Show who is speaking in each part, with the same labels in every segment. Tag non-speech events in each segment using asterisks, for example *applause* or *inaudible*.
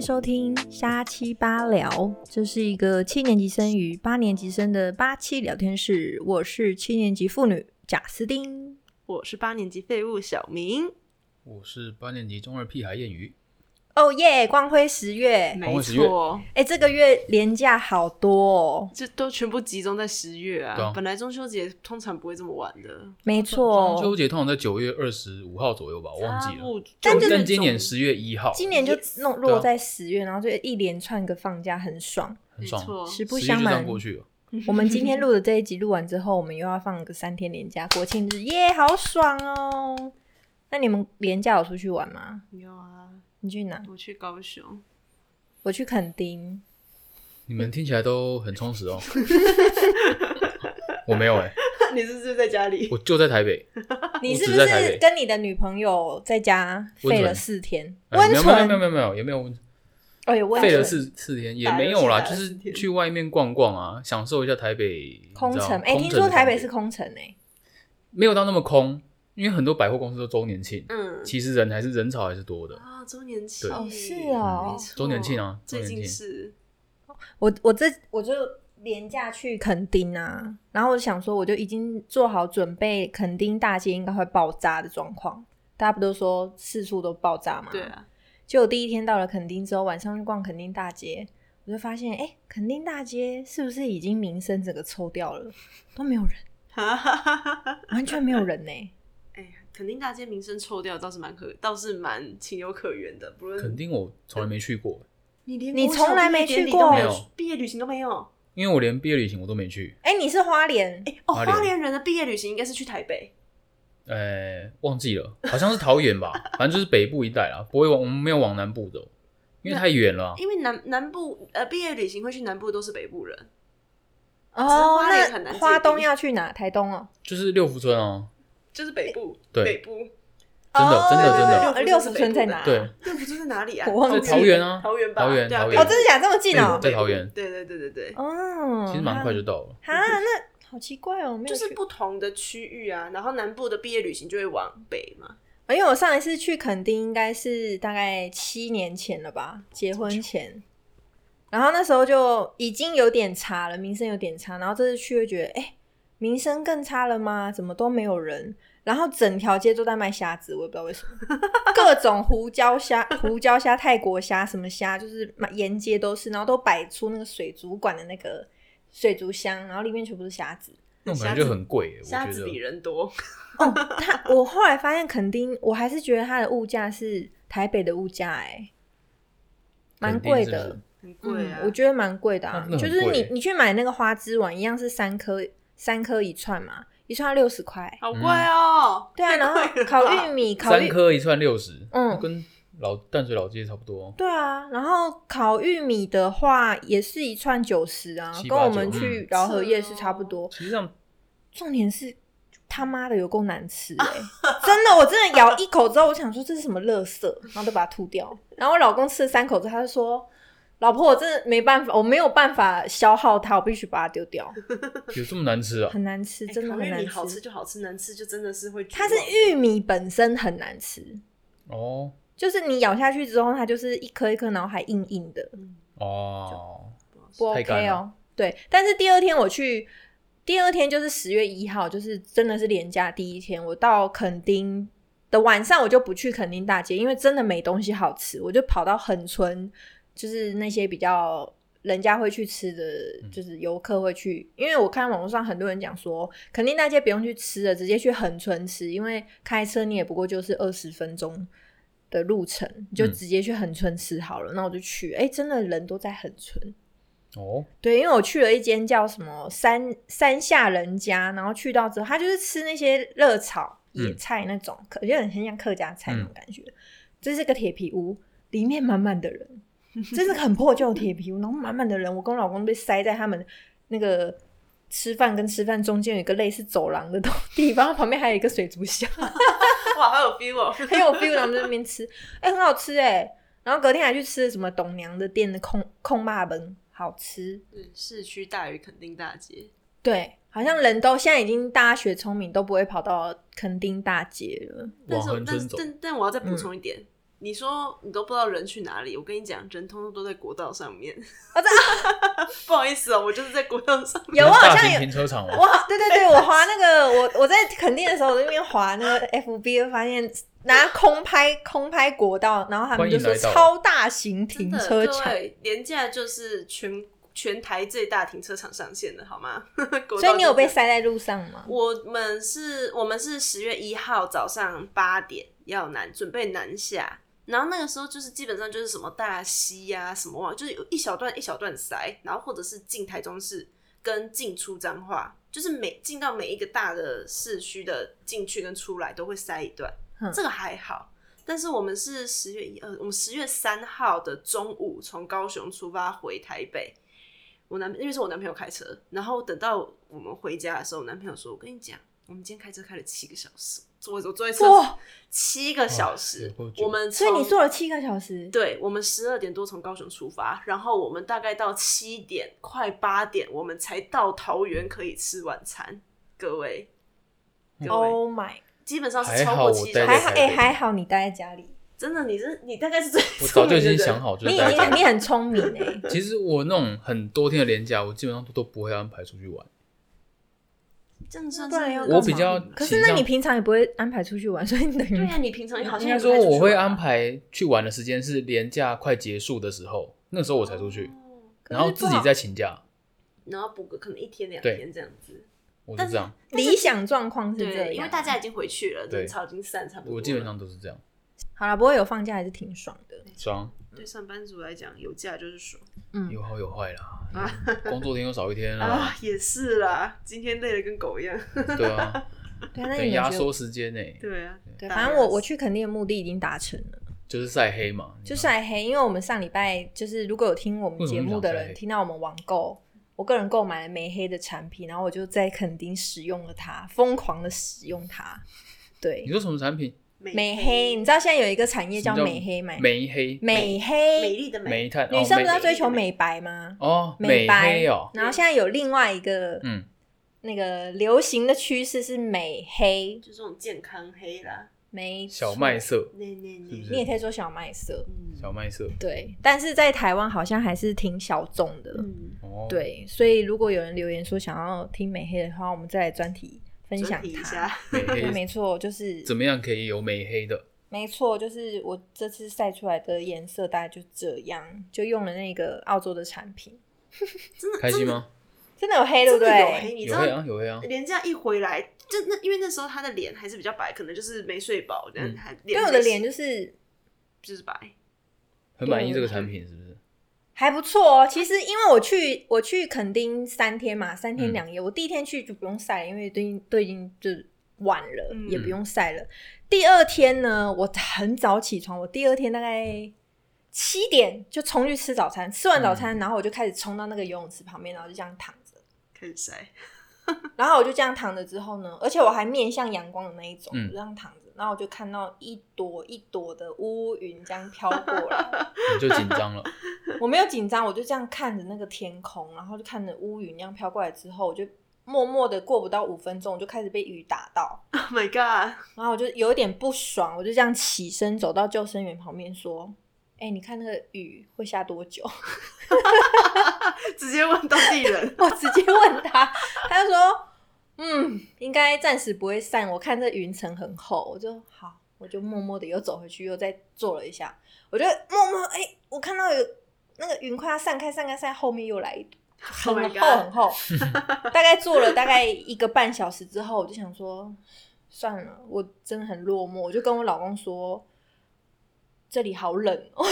Speaker 1: 收听沙七八聊，这是一个七年级生与八年级生的八七聊天室。我是七年级妇女贾斯汀，
Speaker 2: 我是八年级废物小明。
Speaker 3: 我是八年级中二屁孩谚语，
Speaker 1: 哦耶！光辉十月，
Speaker 2: 没
Speaker 3: 十月
Speaker 2: 错，
Speaker 1: 哎，这个月廉价好多哦。
Speaker 2: 这都全部集中在十月啊
Speaker 3: 对啊。
Speaker 2: 本来中秋节通常不会这么晚的，
Speaker 1: 没
Speaker 3: 中秋
Speaker 1: 错，
Speaker 3: 节通常在九月二十五号左右吧，我哦忘记
Speaker 2: 差
Speaker 3: 了。
Speaker 2: 不多
Speaker 1: 但就是
Speaker 3: 但今年十月一号，
Speaker 1: 今年就
Speaker 2: Yes
Speaker 1: 弄
Speaker 3: 对
Speaker 1: 落
Speaker 3: 啊
Speaker 1: 在十月，然后就一连串个放假，很
Speaker 2: *laughs*
Speaker 1: 爽。
Speaker 3: 很爽
Speaker 2: 没，错
Speaker 1: 实不
Speaker 3: 十
Speaker 1: 相
Speaker 3: 月就这
Speaker 1: 瞒
Speaker 3: 样，过去了。
Speaker 1: 我们今天录的这一集录完之后，我们又要放个三天连假，国庆日耶好爽哦！那你们连假有出去玩吗？
Speaker 2: 有啊，
Speaker 1: 你去哪？
Speaker 2: 我去高雄，
Speaker 1: 我去垦丁。
Speaker 3: 你们听起来都很充实哦。 *laughs* 我没有哎、
Speaker 2: *laughs* 你是不是在家里？
Speaker 3: 我就在台北。
Speaker 1: *laughs* 你是不
Speaker 3: 我只在台
Speaker 1: 是
Speaker 3: 北
Speaker 1: 跟你的女朋友在家废了四天？
Speaker 3: 哎
Speaker 1: 温
Speaker 3: 没有没有没有
Speaker 1: 存，
Speaker 3: 没有没有也没有温，
Speaker 1: 哦，有温
Speaker 3: 费了
Speaker 1: 存。
Speaker 3: 四四天也没有啦，
Speaker 2: 打游戏打了
Speaker 3: 就是
Speaker 2: 四天
Speaker 3: 去外面逛逛啊，享受一下台北
Speaker 1: 空
Speaker 3: 你知道
Speaker 1: 城，哎，
Speaker 3: 空
Speaker 1: 听
Speaker 3: 城
Speaker 1: 说
Speaker 3: 的
Speaker 1: 台
Speaker 3: 感
Speaker 1: 北
Speaker 3: 觉
Speaker 1: 是空城哎，
Speaker 3: 没有到那么空，因为很多百货公司都周年庆，
Speaker 2: 嗯，
Speaker 3: 其实人还是人潮还是多的。
Speaker 2: 啊，周年庆
Speaker 3: 对
Speaker 1: 哦是哦
Speaker 2: 没错
Speaker 3: 周年庆啊
Speaker 2: 最
Speaker 3: 周
Speaker 2: 近
Speaker 3: 年庆
Speaker 2: 是
Speaker 1: 我我这我就廉价去垦丁啊，然后我想说，我就已经做好准备，垦丁大街应该会爆炸的状况。大家不都说四处都爆炸吗？
Speaker 2: 对。啊，
Speaker 1: 就我第一天到了垦丁之后，晚上去逛垦丁大街，我就发现，哎、垦丁大街是不是已经名声整个抽掉了？都没有人，
Speaker 2: *laughs* 哈哈哈哈哈。
Speaker 1: 完全没有人呢、
Speaker 2: 哎呀，肯定大街名声臭掉，倒是蛮可，倒是蛮情有可原的。不论
Speaker 3: 肯定我从来没去过，
Speaker 2: 你连
Speaker 1: 你
Speaker 2: 国小
Speaker 1: 从来没
Speaker 2: 毕业典
Speaker 1: 去
Speaker 2: 礼都
Speaker 3: 过没有
Speaker 2: 毕业旅行都没有。哦
Speaker 3: 因为我连毕业旅行我都没去，
Speaker 1: 哎、你是花莲，
Speaker 2: 哎、哦，
Speaker 3: 花
Speaker 2: 花
Speaker 3: 莲
Speaker 2: 莲人的毕业旅行应该是去台北，
Speaker 3: 呃，忘记了，好像是桃园吧， *laughs* 反正就是北部一带啦，不会往我们没有往南部走，因为太远了啊。
Speaker 2: 因为南南部呃毕业旅行会去南部都是北部人，
Speaker 1: 哦，
Speaker 2: 花莲很
Speaker 1: 那
Speaker 2: 难界定
Speaker 1: 花东要去哪？台东哦，
Speaker 3: 就是六福村哦，
Speaker 2: 就是北部，
Speaker 3: 对
Speaker 2: 北部，
Speaker 3: 真的真的
Speaker 1: 哦
Speaker 3: 真的
Speaker 1: 呃六福村在哪？
Speaker 3: 对，
Speaker 2: 六福村在哪里啊？
Speaker 1: *laughs* 我忘
Speaker 3: 在
Speaker 1: 记了
Speaker 3: 桃园啊，
Speaker 2: 桃园吧，
Speaker 3: 桃园
Speaker 2: 对啊
Speaker 3: 桃园
Speaker 1: 哦，真的假的这么近哦？
Speaker 3: 在桃园，
Speaker 2: 对对对对对，
Speaker 1: 哦，
Speaker 3: 其实蛮快就到了。
Speaker 1: 哈，那好奇怪哦，没有
Speaker 2: 就是
Speaker 1: 去
Speaker 2: 不同的区域啊，然后南部的毕业旅行就会往北嘛，
Speaker 1: 因为我上一次去垦丁应该是大概七年前了吧，结婚前。然后那时候就已经有点差了，名声有点差。然后这次去会觉得，哎、名声更差了吗？怎么都没有人？然后整条街都在卖虾子，我也不知道为什么，各种胡椒虾、胡椒虾、泰国虾什么虾，就是满沿街都是，然后都摆出那个水族馆的那个水族箱，然后里面全部是虾子。
Speaker 3: 那种感觉就很贵耶，我
Speaker 2: 虾
Speaker 3: 觉
Speaker 2: 子比
Speaker 3: 得。
Speaker 2: 人多，
Speaker 1: 哦，它我后来发现垦丁，我还是觉得它的物价是台北的物价、哎，蛮贵
Speaker 3: 肯定是不
Speaker 1: 的
Speaker 3: 是。
Speaker 2: 很贵啊。
Speaker 1: 嗯我觉得蛮贵的啊，
Speaker 3: 那那很
Speaker 1: 就是
Speaker 3: 贵
Speaker 1: 你
Speaker 3: 欸
Speaker 1: 你去买那个花枝丸，一样是三颗三颗一串嘛，一串六十
Speaker 3: 嗯
Speaker 1: 块。
Speaker 2: 好贵哦、
Speaker 1: 对啊，然后
Speaker 2: 太贵了吧
Speaker 1: 烤玉米，烤
Speaker 3: 三
Speaker 1: 玉
Speaker 3: 颗一串六十，
Speaker 1: 嗯
Speaker 3: 跟老淡水老街差不多哦。
Speaker 1: 对啊，然后烤玉米的话也是一串九十啊，
Speaker 3: 七
Speaker 1: 跟
Speaker 3: 八
Speaker 1: 我
Speaker 3: 九
Speaker 1: 们
Speaker 3: 嗯
Speaker 1: 去饶河夜市差不多。
Speaker 3: 其实这样
Speaker 1: 重点是他妈的有够难吃哎、真的，我真的咬一口之后，我想说这是什么垃圾，然后就把它吐掉。然后我老公吃了三口之后，他就说：“老婆，我真的没办法，我没有办法消耗它，我必须把它丢掉，
Speaker 3: 有这么难吃啊？
Speaker 1: 很难吃，
Speaker 2: 哎
Speaker 1: 真的
Speaker 2: 烤
Speaker 1: 很
Speaker 2: 玉
Speaker 1: 难
Speaker 2: 米好吃哦
Speaker 1: 吃。
Speaker 2: 就好吃，难吃就真的是会绝
Speaker 1: 它
Speaker 2: 望。
Speaker 1: 是玉米本身很难吃，
Speaker 3: 哦
Speaker 1: 就是你咬下去之后，它就是一颗一颗，然后还硬硬的，
Speaker 3: 哦，
Speaker 1: 不
Speaker 3: 太干
Speaker 1: OK
Speaker 3: 了
Speaker 1: 哦。对，但是第二天我去，第二天就是十月一号，就是真的是连假第一天，我到垦丁的晚上，我就不去垦丁大街，因为真的没东西好吃，我就跑到恒村，就是那些比较。人家会去吃的，
Speaker 3: 嗯
Speaker 1: 就是游客会去，因为我看网络上很多人讲说，垦丁大街不用去吃了，直接去恒村吃，因为开车你也不过就是二十分钟的路程，你就
Speaker 3: 嗯
Speaker 1: 直接去恒村吃好了。那我就去，哎、真的人都在恒村，
Speaker 3: 哦，
Speaker 1: 对，因为我去了一间叫什么山山下人家，然后去到之后，他就是吃那些热炒野菜那种，可有点很像客家菜那种感觉。这是个铁皮屋，里面满满的人，这是个很破旧的铁皮屋，然后满满的人，我跟我老公被塞在他们那个吃饭跟吃饭中间有一个类似走廊的东地方，旁边还有一个水族箱。
Speaker 2: 哇，好有 feel
Speaker 1: *laughs*
Speaker 2: 哦、
Speaker 1: 很有 feel，然后我们在那边吃，哎、很好吃哎、然后隔天还去吃了什么董娘的店的控控霸本，好吃。
Speaker 2: 对，市区大于垦丁大街，
Speaker 1: 对，好像人都现在已经大家学聪明，都不会跑到垦丁大街了。
Speaker 2: 但
Speaker 3: 往
Speaker 2: 是
Speaker 3: 横
Speaker 2: 但是
Speaker 3: 村走，嗯
Speaker 2: 但但我要再补充一点，你说你都不知道人去哪里，我跟你讲，人通通都在国道上面。
Speaker 1: 啊
Speaker 2: 这 *laughs* 不好意思哦，我就是在国道上面。
Speaker 1: 有我好
Speaker 3: 大
Speaker 1: 像
Speaker 3: 型
Speaker 1: 有
Speaker 3: 停车场啊嘛，
Speaker 1: 哇，对对
Speaker 3: *laughs*
Speaker 1: 对，我滑那个，我我在垦丁的时候，我在那边滑那个 FB，就发现拿空拍空拍国道，然后他们就说
Speaker 3: 欢迎来到
Speaker 1: 超大型
Speaker 2: 真
Speaker 1: 停
Speaker 2: 的
Speaker 1: 车场
Speaker 2: 各，位，廉价就是全全台最大停车场上线的好吗？ *laughs* 国道
Speaker 1: 所以你有
Speaker 2: 就是这
Speaker 1: 被
Speaker 2: 样
Speaker 1: 塞在路上吗？
Speaker 2: 我们是，我们是十月一号早上八点要南准备南下，然后那个时候就是基本上就是什么大溪呀、什么啊，就是有一小段一小段塞，然后或者是进台中市跟进出彰化，就是每进到每一个大的市区的进去跟出来都会塞一段，
Speaker 1: 嗯
Speaker 2: 这个还好。但是我们是十月一，呃，我们十月三号的中午从高雄出发回台北，我男因为是我男朋友开车，然后等到我们回家的时候，我男朋友说：“我跟你讲，我们今天开车开了七个小时，坐我坐在车
Speaker 1: 哇
Speaker 2: 七个小时
Speaker 3: 有够，久
Speaker 2: 我们
Speaker 1: 所以你
Speaker 2: 从
Speaker 1: 坐了七个小时，
Speaker 2: 对，我们十二点多从高雄出发，然后我们大概到七点快八点，我们才到桃园可以吃晚餐。各位，各
Speaker 3: 欸
Speaker 2: 位，
Speaker 1: ，Oh my，
Speaker 2: 基本上是
Speaker 3: 还
Speaker 2: 超
Speaker 3: 好
Speaker 2: 过
Speaker 3: 我
Speaker 2: 七
Speaker 3: 待
Speaker 2: 小
Speaker 3: 在
Speaker 1: 还
Speaker 2: 时，
Speaker 1: 好
Speaker 3: 台北
Speaker 1: 哎、还好你待在家里，
Speaker 2: 真的，你是你大概是最
Speaker 3: *laughs* 我早就
Speaker 2: 聪明的
Speaker 3: 已经
Speaker 2: 人
Speaker 3: 想好就是
Speaker 1: 你已
Speaker 3: 待在家
Speaker 1: 经
Speaker 3: 里
Speaker 1: 你。很聪明哎、
Speaker 3: 其实我那种很多天的连假，我基本上都都不会安排出去玩。
Speaker 2: 这样算
Speaker 1: 不然要干
Speaker 2: 是
Speaker 1: 嘛
Speaker 3: 我比较
Speaker 1: 可是那你平常也不会安排出去玩，所以你等
Speaker 2: 对啊
Speaker 1: 于
Speaker 2: 呀、你平常好像
Speaker 3: 应
Speaker 2: 也
Speaker 3: 该
Speaker 2: 不
Speaker 3: 说
Speaker 2: 太出去
Speaker 3: 我会
Speaker 2: 玩吧啊
Speaker 3: 安排去玩的时间是连假快结束的时候，那时候我才出去，
Speaker 2: 哦
Speaker 3: 然后自己再请假，
Speaker 2: 然后补个可能一天两
Speaker 3: 对
Speaker 2: 天这样子。
Speaker 3: 我
Speaker 2: 但
Speaker 3: 就是这样，
Speaker 1: 理想状况是这样，
Speaker 2: 对，因为大家已经回去了，
Speaker 3: 对
Speaker 2: 人潮已经散差不多了。
Speaker 3: 我基本上都是这样。
Speaker 1: 好了，不过有放假还是挺爽
Speaker 2: *laughs*
Speaker 1: 的。
Speaker 3: 爽，
Speaker 2: 对上班族来讲，有假就是爽
Speaker 1: 嗯，
Speaker 3: 有好有坏啦
Speaker 2: 啊，
Speaker 3: 工作天又少一天
Speaker 2: 啊
Speaker 3: 啦，，
Speaker 2: 也是啦，今天累得跟狗一样。 *laughs*
Speaker 3: 对啊，
Speaker 1: 对啊，那
Speaker 3: 等
Speaker 1: 你
Speaker 3: 压
Speaker 1: 们觉得？
Speaker 3: 缩时间呢，
Speaker 2: 对啊，
Speaker 1: 对，
Speaker 2: 大
Speaker 1: 反正我
Speaker 2: 家
Speaker 1: 我去垦丁的目的已经达成了，
Speaker 3: 就是晒黑嘛，
Speaker 1: 就
Speaker 3: 你知道
Speaker 1: 晒黑。因为我们上礼拜就是如果有听我们节目的
Speaker 3: 嗯为什
Speaker 1: 人，
Speaker 3: 么你想晒黑
Speaker 1: 听到我们网购，我个人购买了美黑的产品，然后我就在垦丁使用了它，疯狂的使用它。
Speaker 3: 你
Speaker 1: 对，
Speaker 3: 说什么产品？
Speaker 1: 美黑，你知道现在有一个产业叫
Speaker 3: 什么
Speaker 1: 美黑吗？
Speaker 3: 煤黑，
Speaker 1: 美
Speaker 2: 美
Speaker 1: 黑，
Speaker 2: 丽的
Speaker 3: 煤
Speaker 2: 美，
Speaker 3: 炭，
Speaker 1: 哎女生不是要
Speaker 3: 要
Speaker 1: 追求美白吗？
Speaker 3: 哦，
Speaker 1: 美
Speaker 3: 美
Speaker 1: 白
Speaker 3: 黑哦，
Speaker 1: 然后现在有另外一个
Speaker 3: 嗯，
Speaker 1: 那个流行的趋势是美黑，
Speaker 2: 就这种健康黑啦。
Speaker 1: 没
Speaker 3: 小
Speaker 1: 错
Speaker 3: 麦，色，
Speaker 2: 那那
Speaker 3: 是不
Speaker 1: 你
Speaker 3: 是
Speaker 2: 那，
Speaker 1: 也可以说小麦色，
Speaker 2: 嗯
Speaker 3: 小麦色，
Speaker 1: 对。但是在台湾好像还是挺小众的，
Speaker 2: 嗯，
Speaker 3: 哦，，
Speaker 1: 对。所以如果有人留言说想要听美黑的话，我们再来专题分享
Speaker 2: 专题一
Speaker 1: 它。
Speaker 2: 下，
Speaker 3: 美
Speaker 1: 对，
Speaker 3: 黑
Speaker 1: 没错，就是
Speaker 3: 怎么样可以有美黑的？
Speaker 1: 没错，就是我这次晒出来的颜色大概就这样，就用了那个澳洲的产品，
Speaker 2: 真的
Speaker 3: 开心
Speaker 2: 真的
Speaker 3: 吗？
Speaker 1: 真的有黑，对
Speaker 2: 真
Speaker 1: 不
Speaker 2: 的有
Speaker 1: 对？
Speaker 2: 黑，你知
Speaker 3: 有
Speaker 2: 道
Speaker 3: 黑。啊，有黑啊，
Speaker 2: 连这样一回来，就那因为那时候他的脸还是比较白，可能就是没睡饱，但
Speaker 3: 嗯
Speaker 2: 还
Speaker 1: 因
Speaker 2: 脸
Speaker 1: 为我的脸就是
Speaker 2: 就是白，
Speaker 3: 很满意这个产品是不是？
Speaker 1: 还不错哦。其实因为我去我去垦丁三天嘛，三天
Speaker 3: 嗯
Speaker 1: 两夜，我第一天去就不用晒了，因为都已经都已经就是晚了，
Speaker 2: 嗯
Speaker 1: 也不用晒了。第二天呢，我很早起床，我第二天大概。七点就冲去吃早餐，吃完
Speaker 3: 嗯
Speaker 1: 早餐，然后我就开始冲到那个游泳池旁边，然后就这样躺着，
Speaker 2: 开始晒， *laughs*
Speaker 1: 然后我就这样躺着之后呢，而且我还面向阳光的那一种，
Speaker 3: 嗯
Speaker 1: 我就这样躺着，然后我就看到一朵一朵的乌云这样飘过来，
Speaker 3: 你就紧张了，
Speaker 1: 我没有紧张，我就这样看着那个天空，然后就看着乌云那样飘过来之后，我就默默的过不到五分钟，我就开始被雨打到，
Speaker 2: Oh my god！
Speaker 1: 然后我就有点不爽，我就这样起身走到救生员旁边说：“哎、你看那个雨会下多久，
Speaker 2: 直接问当地人？” *laughs*
Speaker 1: 我直接问他，他就说：“嗯，应该暂时不会散，我看这云层很厚。”我就好，我就默默的又走回去，又再坐了一下，我就默默哎、我看到有那个云快要散开，散开，散开，后面又来一朵。很
Speaker 2: Oh my
Speaker 1: 厚很厚，大概坐了大概一个半小时之后，我就想说，算了，我真的很落寞，我就跟我老公说，这里好冷哦、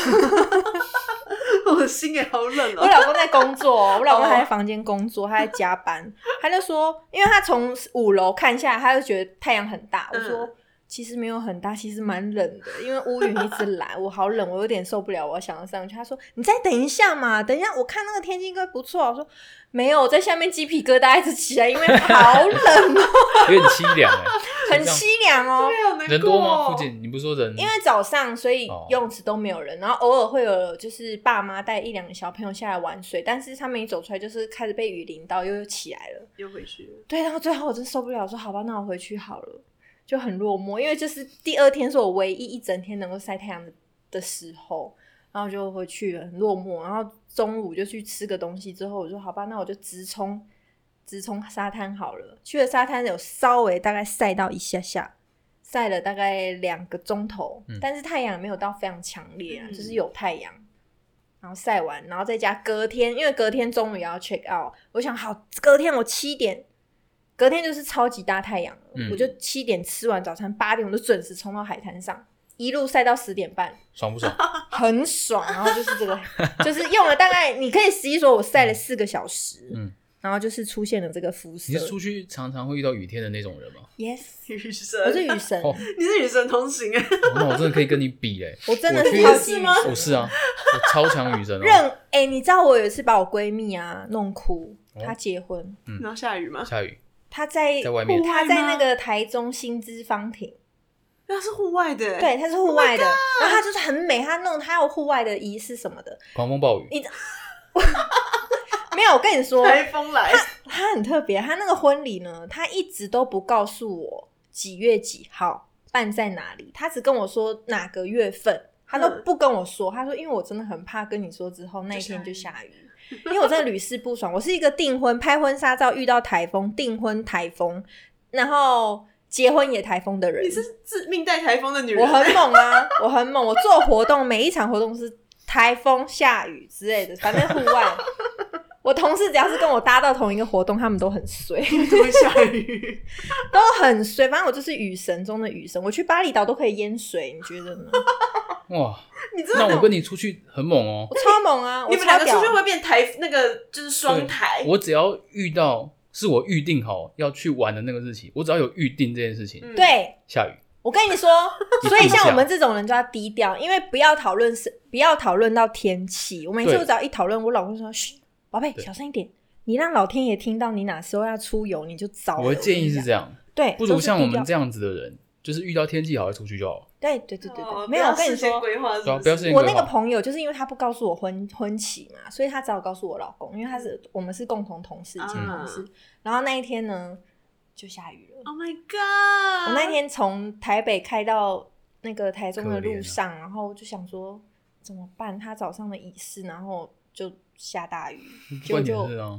Speaker 2: 我的心也好 *laughs* 冷
Speaker 1: 我
Speaker 2: 哦。
Speaker 1: 老公在工作哦、我老公还在房间工作，他在加班，他就说，因为他从五楼看下来，他就觉得太阳很大，我说。
Speaker 2: 嗯
Speaker 1: 其实没有很大，其实蛮冷的，因为乌云一直来，我好冷，我有点受不了，我想要上去。他说：“你再等一下嘛，等一下我看那个天气应该不错。”我说：“没有，我在下面鸡皮疙瘩一直起来，因为好冷哦，
Speaker 3: 有点凄凉哎。
Speaker 1: 很凄凉哦。”
Speaker 2: 对啊，难过哦
Speaker 3: 人多吗？附近你不是说人？
Speaker 1: 因为早上，所以
Speaker 3: 哦
Speaker 1: 游泳池都没有人，然后偶尔会有就是爸妈带一两个小朋友下来玩水，但是他们一走出来就是开始被雨淋到，又又起来了。
Speaker 2: 又回去了。
Speaker 1: 对，然后最后我真受不了，说好吧，那我回去好了，就很落寞，因为就是第二天是我唯一一整天能够晒太阳的的时候，然后就回去了，很落寞。然后中午就去吃个东西，之后我说好吧，那我就直冲直冲沙滩好了。去了沙滩有稍微大概晒到一下下，晒了大概两个钟头，
Speaker 3: 嗯
Speaker 1: 但是太阳没有到非常强烈啊，
Speaker 2: 嗯
Speaker 1: 就是有太阳。然后晒完，然后再加隔天，因为隔天中午也要 check out，我想好，隔天我七点，隔天就是超级大太阳了，
Speaker 3: 嗯
Speaker 1: 我就七点吃完早餐，八点我就准时冲到海滩上，一路晒到十点半，
Speaker 3: 爽不爽？
Speaker 1: 很爽。然后就是这
Speaker 3: *laughs*
Speaker 1: 个，就是用了大概，你可以实际说我晒了四个小时，
Speaker 3: 嗯
Speaker 1: 然后就是出现了这个肤色
Speaker 3: 你是出去常常会遇到雨天的那种人吗？
Speaker 1: ，yes，
Speaker 2: 雨神，
Speaker 1: 我是雨神，
Speaker 3: 哦
Speaker 2: 你是雨神
Speaker 1: *laughs*
Speaker 2: 同行哎，
Speaker 3: 哦那我真的可以跟你比嘞、
Speaker 1: 我真的
Speaker 3: 我去
Speaker 1: 是超级
Speaker 2: 是
Speaker 1: 雨
Speaker 2: 吗
Speaker 1: 神
Speaker 3: 我是啊，我超强雨神
Speaker 1: 任
Speaker 3: 哦。
Speaker 1: 哎、你知道我有一次把我闺蜜啊弄哭，
Speaker 3: 哦
Speaker 1: 她结婚，
Speaker 3: 嗯
Speaker 2: 然后下雨吗？
Speaker 3: 下雨，
Speaker 1: 她在
Speaker 3: 在外面
Speaker 1: 她在
Speaker 2: 户外吗
Speaker 1: 那个台中新资芳庭。
Speaker 2: 那啊是户外的，，欸
Speaker 1: 对，它是户外的，
Speaker 2: Oh
Speaker 1: 然后它就是很美，它弄它有户外的仪式什么的。
Speaker 3: 狂风暴雨，
Speaker 1: 没有，我跟你说，
Speaker 2: 台风来，
Speaker 1: 它很特别，它那个婚礼呢，它一直都不告诉我几月几号办在哪里，他只跟我说哪个月份，他都
Speaker 2: 嗯
Speaker 1: 不跟我说。他说，因为我真的很怕跟你说之后那一天就
Speaker 2: 就下 *laughs*
Speaker 1: 下雨。因为我真的屡试不爽，我是一个订婚拍婚纱照遇到台风，订婚台风，然后结婚也台风的人。
Speaker 2: 你是自命带台风的女人，
Speaker 1: 我
Speaker 2: *laughs*
Speaker 1: 很猛啊， *laughs* 我很猛，我做活动每一场活动是台风、下雨之类的，反正户外。
Speaker 2: *laughs*
Speaker 1: 我同事只要是跟我搭到同一个活动，他们都很
Speaker 2: *laughs*
Speaker 1: 衰，
Speaker 2: 都会下雨，
Speaker 1: 都很衰。反正我就是雨神中的雨神，我去巴厘岛都可以淹水，你觉得呢？
Speaker 3: 哇！
Speaker 2: 你真
Speaker 3: 那
Speaker 2: 的
Speaker 3: 我跟你出去很猛哦
Speaker 1: 我。超猛啊，我
Speaker 2: *laughs* 你们两
Speaker 1: 超
Speaker 2: 个出
Speaker 1: 屌
Speaker 2: 去！会变台那个就是双台，
Speaker 3: 我只要遇到是我预定好要去玩的那个日期，我只要有预定这件事情，
Speaker 2: 嗯，
Speaker 1: 对，
Speaker 3: 下雨
Speaker 1: 我跟你说， *laughs* 所以
Speaker 3: 一定
Speaker 1: 像
Speaker 3: 下
Speaker 1: 我们这种人就要低调，因为不要讨论是不要讨论到天气。我每次
Speaker 3: 对
Speaker 1: 我只要一讨论，我老公就说：“嘘，宝贝，
Speaker 3: 对
Speaker 1: 小声一点，你让老天爷听到你哪时候要出游，你就糟了。”
Speaker 3: 我的建议是这
Speaker 1: 样，
Speaker 3: 样，
Speaker 1: 对，
Speaker 3: 不
Speaker 1: 都
Speaker 3: 如
Speaker 1: 是
Speaker 3: 像
Speaker 1: 低
Speaker 3: 我们
Speaker 1: 调
Speaker 3: 这样子的人，就是遇到天气好再出去就好了。
Speaker 1: 对对对对对，
Speaker 2: 哦
Speaker 1: 没有，我跟你
Speaker 2: 不要事先
Speaker 1: 说，
Speaker 2: 规划是
Speaker 3: 对啊，
Speaker 2: 不
Speaker 3: 不要
Speaker 2: 是
Speaker 3: 事先
Speaker 1: 我
Speaker 3: 规
Speaker 1: 那个
Speaker 3: 划。
Speaker 1: 朋友就是因为他不告诉我婚婚期嘛，所以他只好告诉我老公，因为他是我们是共同同事，
Speaker 2: 啊
Speaker 1: 前同事。然后那一天呢，就下雨了。
Speaker 2: Oh my god！
Speaker 1: 我那天从台北开到那个台中的
Speaker 3: 可怜
Speaker 1: 路
Speaker 3: 啊
Speaker 1: 上，然后就想说怎么办？他早上的仪式，然后就下大雨，结果
Speaker 3: 关键
Speaker 1: 就是
Speaker 3: 啊，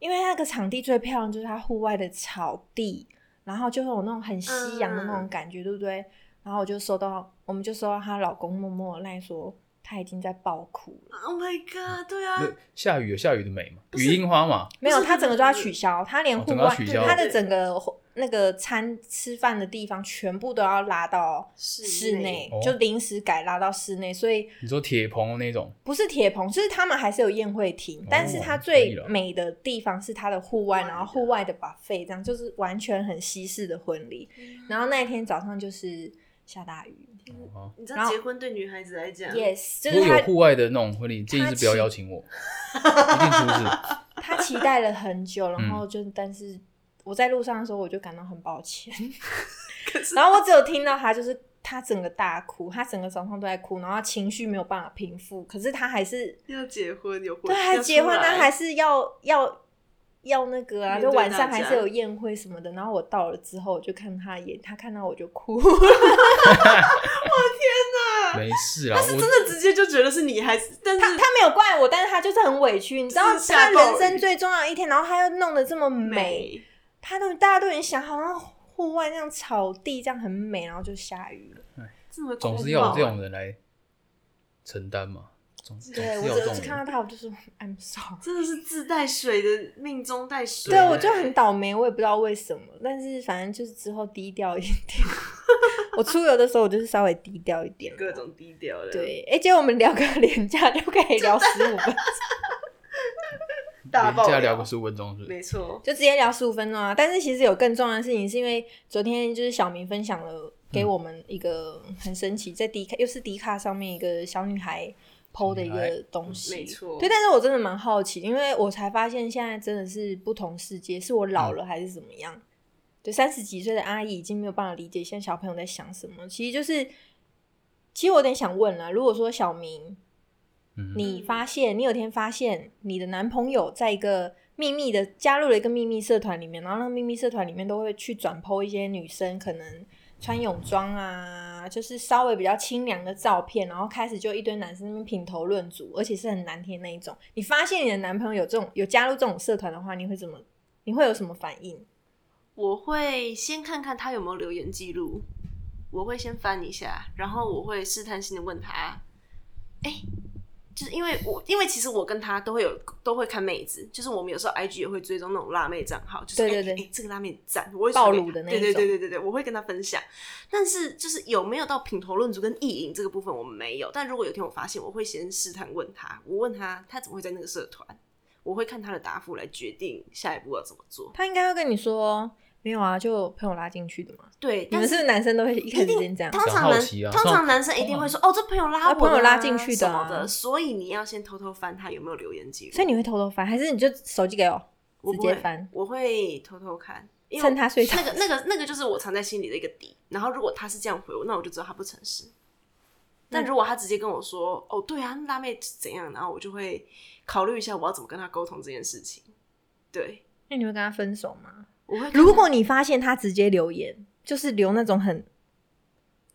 Speaker 1: 因为那个场地最漂亮就是它户外的草地，然后就会有那种很夕阳的那种感觉，对不对？然后我就收到，我们就收到她老公默默地赖说他已经在爆哭了，
Speaker 2: Oh my god！对啊，
Speaker 3: 那下雨有下雨的美嘛，雨樱花嘛，
Speaker 1: 没有，
Speaker 2: 不是
Speaker 1: 他整个都要取 *laughs* 消，他连
Speaker 3: 哦
Speaker 1: 户
Speaker 3: 整个
Speaker 1: 外
Speaker 3: 要取消
Speaker 1: 他的整个那个餐吃饭的地方全部都要拉到室
Speaker 2: 室
Speaker 1: 内
Speaker 2: 内，
Speaker 3: 哦
Speaker 1: 就临时改拉到室内，所以
Speaker 3: 你说铁棚那种，
Speaker 1: 不是铁棚，就是他们还是有宴会厅，但是它
Speaker 3: 可
Speaker 1: 最
Speaker 3: 以了
Speaker 1: 美的地方是它的户外，
Speaker 2: 户外的
Speaker 1: 然后户外的 buffet，这样就是完全很西式的婚礼。然后那一天早上就是下大雨
Speaker 2: 嗯
Speaker 3: 哦
Speaker 2: 你知
Speaker 1: 然
Speaker 2: 道
Speaker 1: 后
Speaker 2: 结婚对女孩子来讲，
Speaker 1: ，yes，就
Speaker 3: 如
Speaker 1: 是
Speaker 3: 果有
Speaker 1: 他
Speaker 3: 户外的那种婚礼，建议是不要邀请我，一定出事。
Speaker 1: 他期待了很
Speaker 2: *laughs*
Speaker 1: 久，
Speaker 2: 嗯
Speaker 1: 然后就、但是我在路上的时候我就感到很抱歉，
Speaker 2: *laughs* 可是
Speaker 1: 然后我只有听到他就是他整个大哭，他整个早上都在哭，然后情绪没有办法平复，可是他还是
Speaker 2: 要结婚有婚，
Speaker 1: 对，
Speaker 2: 要
Speaker 1: 还
Speaker 2: 出
Speaker 1: 结婚呢，
Speaker 2: 来
Speaker 1: 还是要要要那个啊，
Speaker 2: 面
Speaker 1: 就
Speaker 2: 对
Speaker 1: 晚
Speaker 2: 大
Speaker 1: 上还
Speaker 2: 家
Speaker 1: 是有宴会什么的。然后我到了之后，我就看他演，他看到我就哭。
Speaker 3: *laughs* 没事啦，我
Speaker 2: 真的直接就觉得是你还是，
Speaker 1: *laughs*
Speaker 2: 但
Speaker 1: 他
Speaker 2: 是
Speaker 1: 他没有怪我，但是他就是很委屈，你知道，
Speaker 2: 就是
Speaker 1: 他
Speaker 2: 吓到
Speaker 1: 人生
Speaker 2: 你
Speaker 1: 最重要的一天，然后他又弄得这么美，
Speaker 2: 美
Speaker 1: 他都大家都已经想好，然后户外那样草地这样很美，然后就下雨了。
Speaker 2: 这么
Speaker 3: 总是
Speaker 2: 酷
Speaker 3: 要有这
Speaker 2: 啊，
Speaker 3: 种人来承担嘛，总总
Speaker 1: 对
Speaker 3: 哎是
Speaker 1: 我
Speaker 3: 要有这
Speaker 1: 只
Speaker 3: 种
Speaker 1: 是看
Speaker 3: 人。
Speaker 1: 到他，我就说 I'm sorry。
Speaker 2: 真的是自带水的，命中带水。
Speaker 1: 对，我就很倒霉，我也不知道为什么，但是反正就是之后低调一 *laughs* 点。我出游的时候，我就是稍微低调一点，
Speaker 2: 各种低调的，，
Speaker 1: 对，哎、结果我们聊个 *laughs* 廉价就可以聊十五分，
Speaker 2: 大爆
Speaker 3: 人家聊个十五分钟是不是？
Speaker 2: 没错，
Speaker 1: 就直接聊十五分钟啊。但是其实有更重要的事情，是因为昨天就是小明分享了给我们一个很神奇，在迪卡又是迪卡上面一个小女孩。剖的一
Speaker 3: 小女
Speaker 1: 个东西，
Speaker 2: 嗯没错
Speaker 1: 对，但是我真的蛮好奇，因为我才发现现在真的是不同世界，是我老了还是怎么样？对，三十几岁的阿姨已经没有办法理解现在小朋友在想什么。其实就是，其实我有点想问啦，如果说小明
Speaker 3: 嗯，
Speaker 1: 你
Speaker 2: 嗯
Speaker 1: 发现你有天发现你的男朋友在一个秘密的加入了一个秘密社团里面，然后那个秘密社团里面都会去转剖一些女生可能穿泳装啊，就是稍微比较清凉的照片，然后开始就一堆男生在那边品头论足，而且是很难听的那一种。你发现你的男朋友有这种有加入这种社团的话，你会怎么？你会有什么反应？
Speaker 2: 我会先看看他有没有留言记录，我会先翻一下，然后我会试探性的问他，哎、就是因为我，因为其实我跟他都会有都会看妹子，就是我们有时候 IG 也会追踪那种辣妹账号，就是
Speaker 1: 对对
Speaker 2: 哎
Speaker 1: 对
Speaker 2: 哎哎这个辣妹赞，我会
Speaker 1: 暴
Speaker 2: 传给
Speaker 1: 露
Speaker 2: 他
Speaker 1: 的那
Speaker 2: 对
Speaker 1: 一
Speaker 2: 对对
Speaker 1: 种
Speaker 2: 对对对，我会跟他分享。但是就是有没有到品头论足跟意淫这个部分我们没有，但如果有一天我发现，我会先试探问他，我问他他怎么会在那个社团，我会看他的答复来决定下一步要怎么做。
Speaker 1: 他应该会跟你说没有啊，就朋友拉进去的嘛。
Speaker 2: 对，
Speaker 1: 你
Speaker 2: 但
Speaker 1: 们是不是男生都会一开始
Speaker 2: 一定
Speaker 1: 先这样？
Speaker 2: 通
Speaker 3: 比较
Speaker 2: 常
Speaker 3: 好
Speaker 2: 男、
Speaker 3: 奇啊
Speaker 2: 通
Speaker 3: 通
Speaker 2: 常
Speaker 3: 常
Speaker 2: 男生一定会说，哦，这朋友拉
Speaker 1: 啊
Speaker 2: 我、
Speaker 1: 朋友拉进去的
Speaker 2: 什
Speaker 1: 啊
Speaker 2: 么的，所以你要先偷偷翻他有没有留言记录。
Speaker 1: 所以你会偷偷翻，还是你就手机给我，
Speaker 2: 我
Speaker 1: 直
Speaker 2: 不
Speaker 1: 接
Speaker 2: 会
Speaker 1: 翻？
Speaker 2: 我会偷偷看，因为
Speaker 1: 趁他睡着
Speaker 2: 那个、那个、那个就是我藏在心里的一个底。然后如果他是这样回我，那我就知道他不诚实。
Speaker 1: 嗯
Speaker 2: 但如果他直接跟我说，哦，对啊，辣妹是怎样，然后我就会考虑一下我要怎么跟他沟通这件事情。对，
Speaker 1: 那你会跟他分手吗？
Speaker 2: 我会看他。
Speaker 1: *laughs* 如果你发现他直接留言，就是留那种很，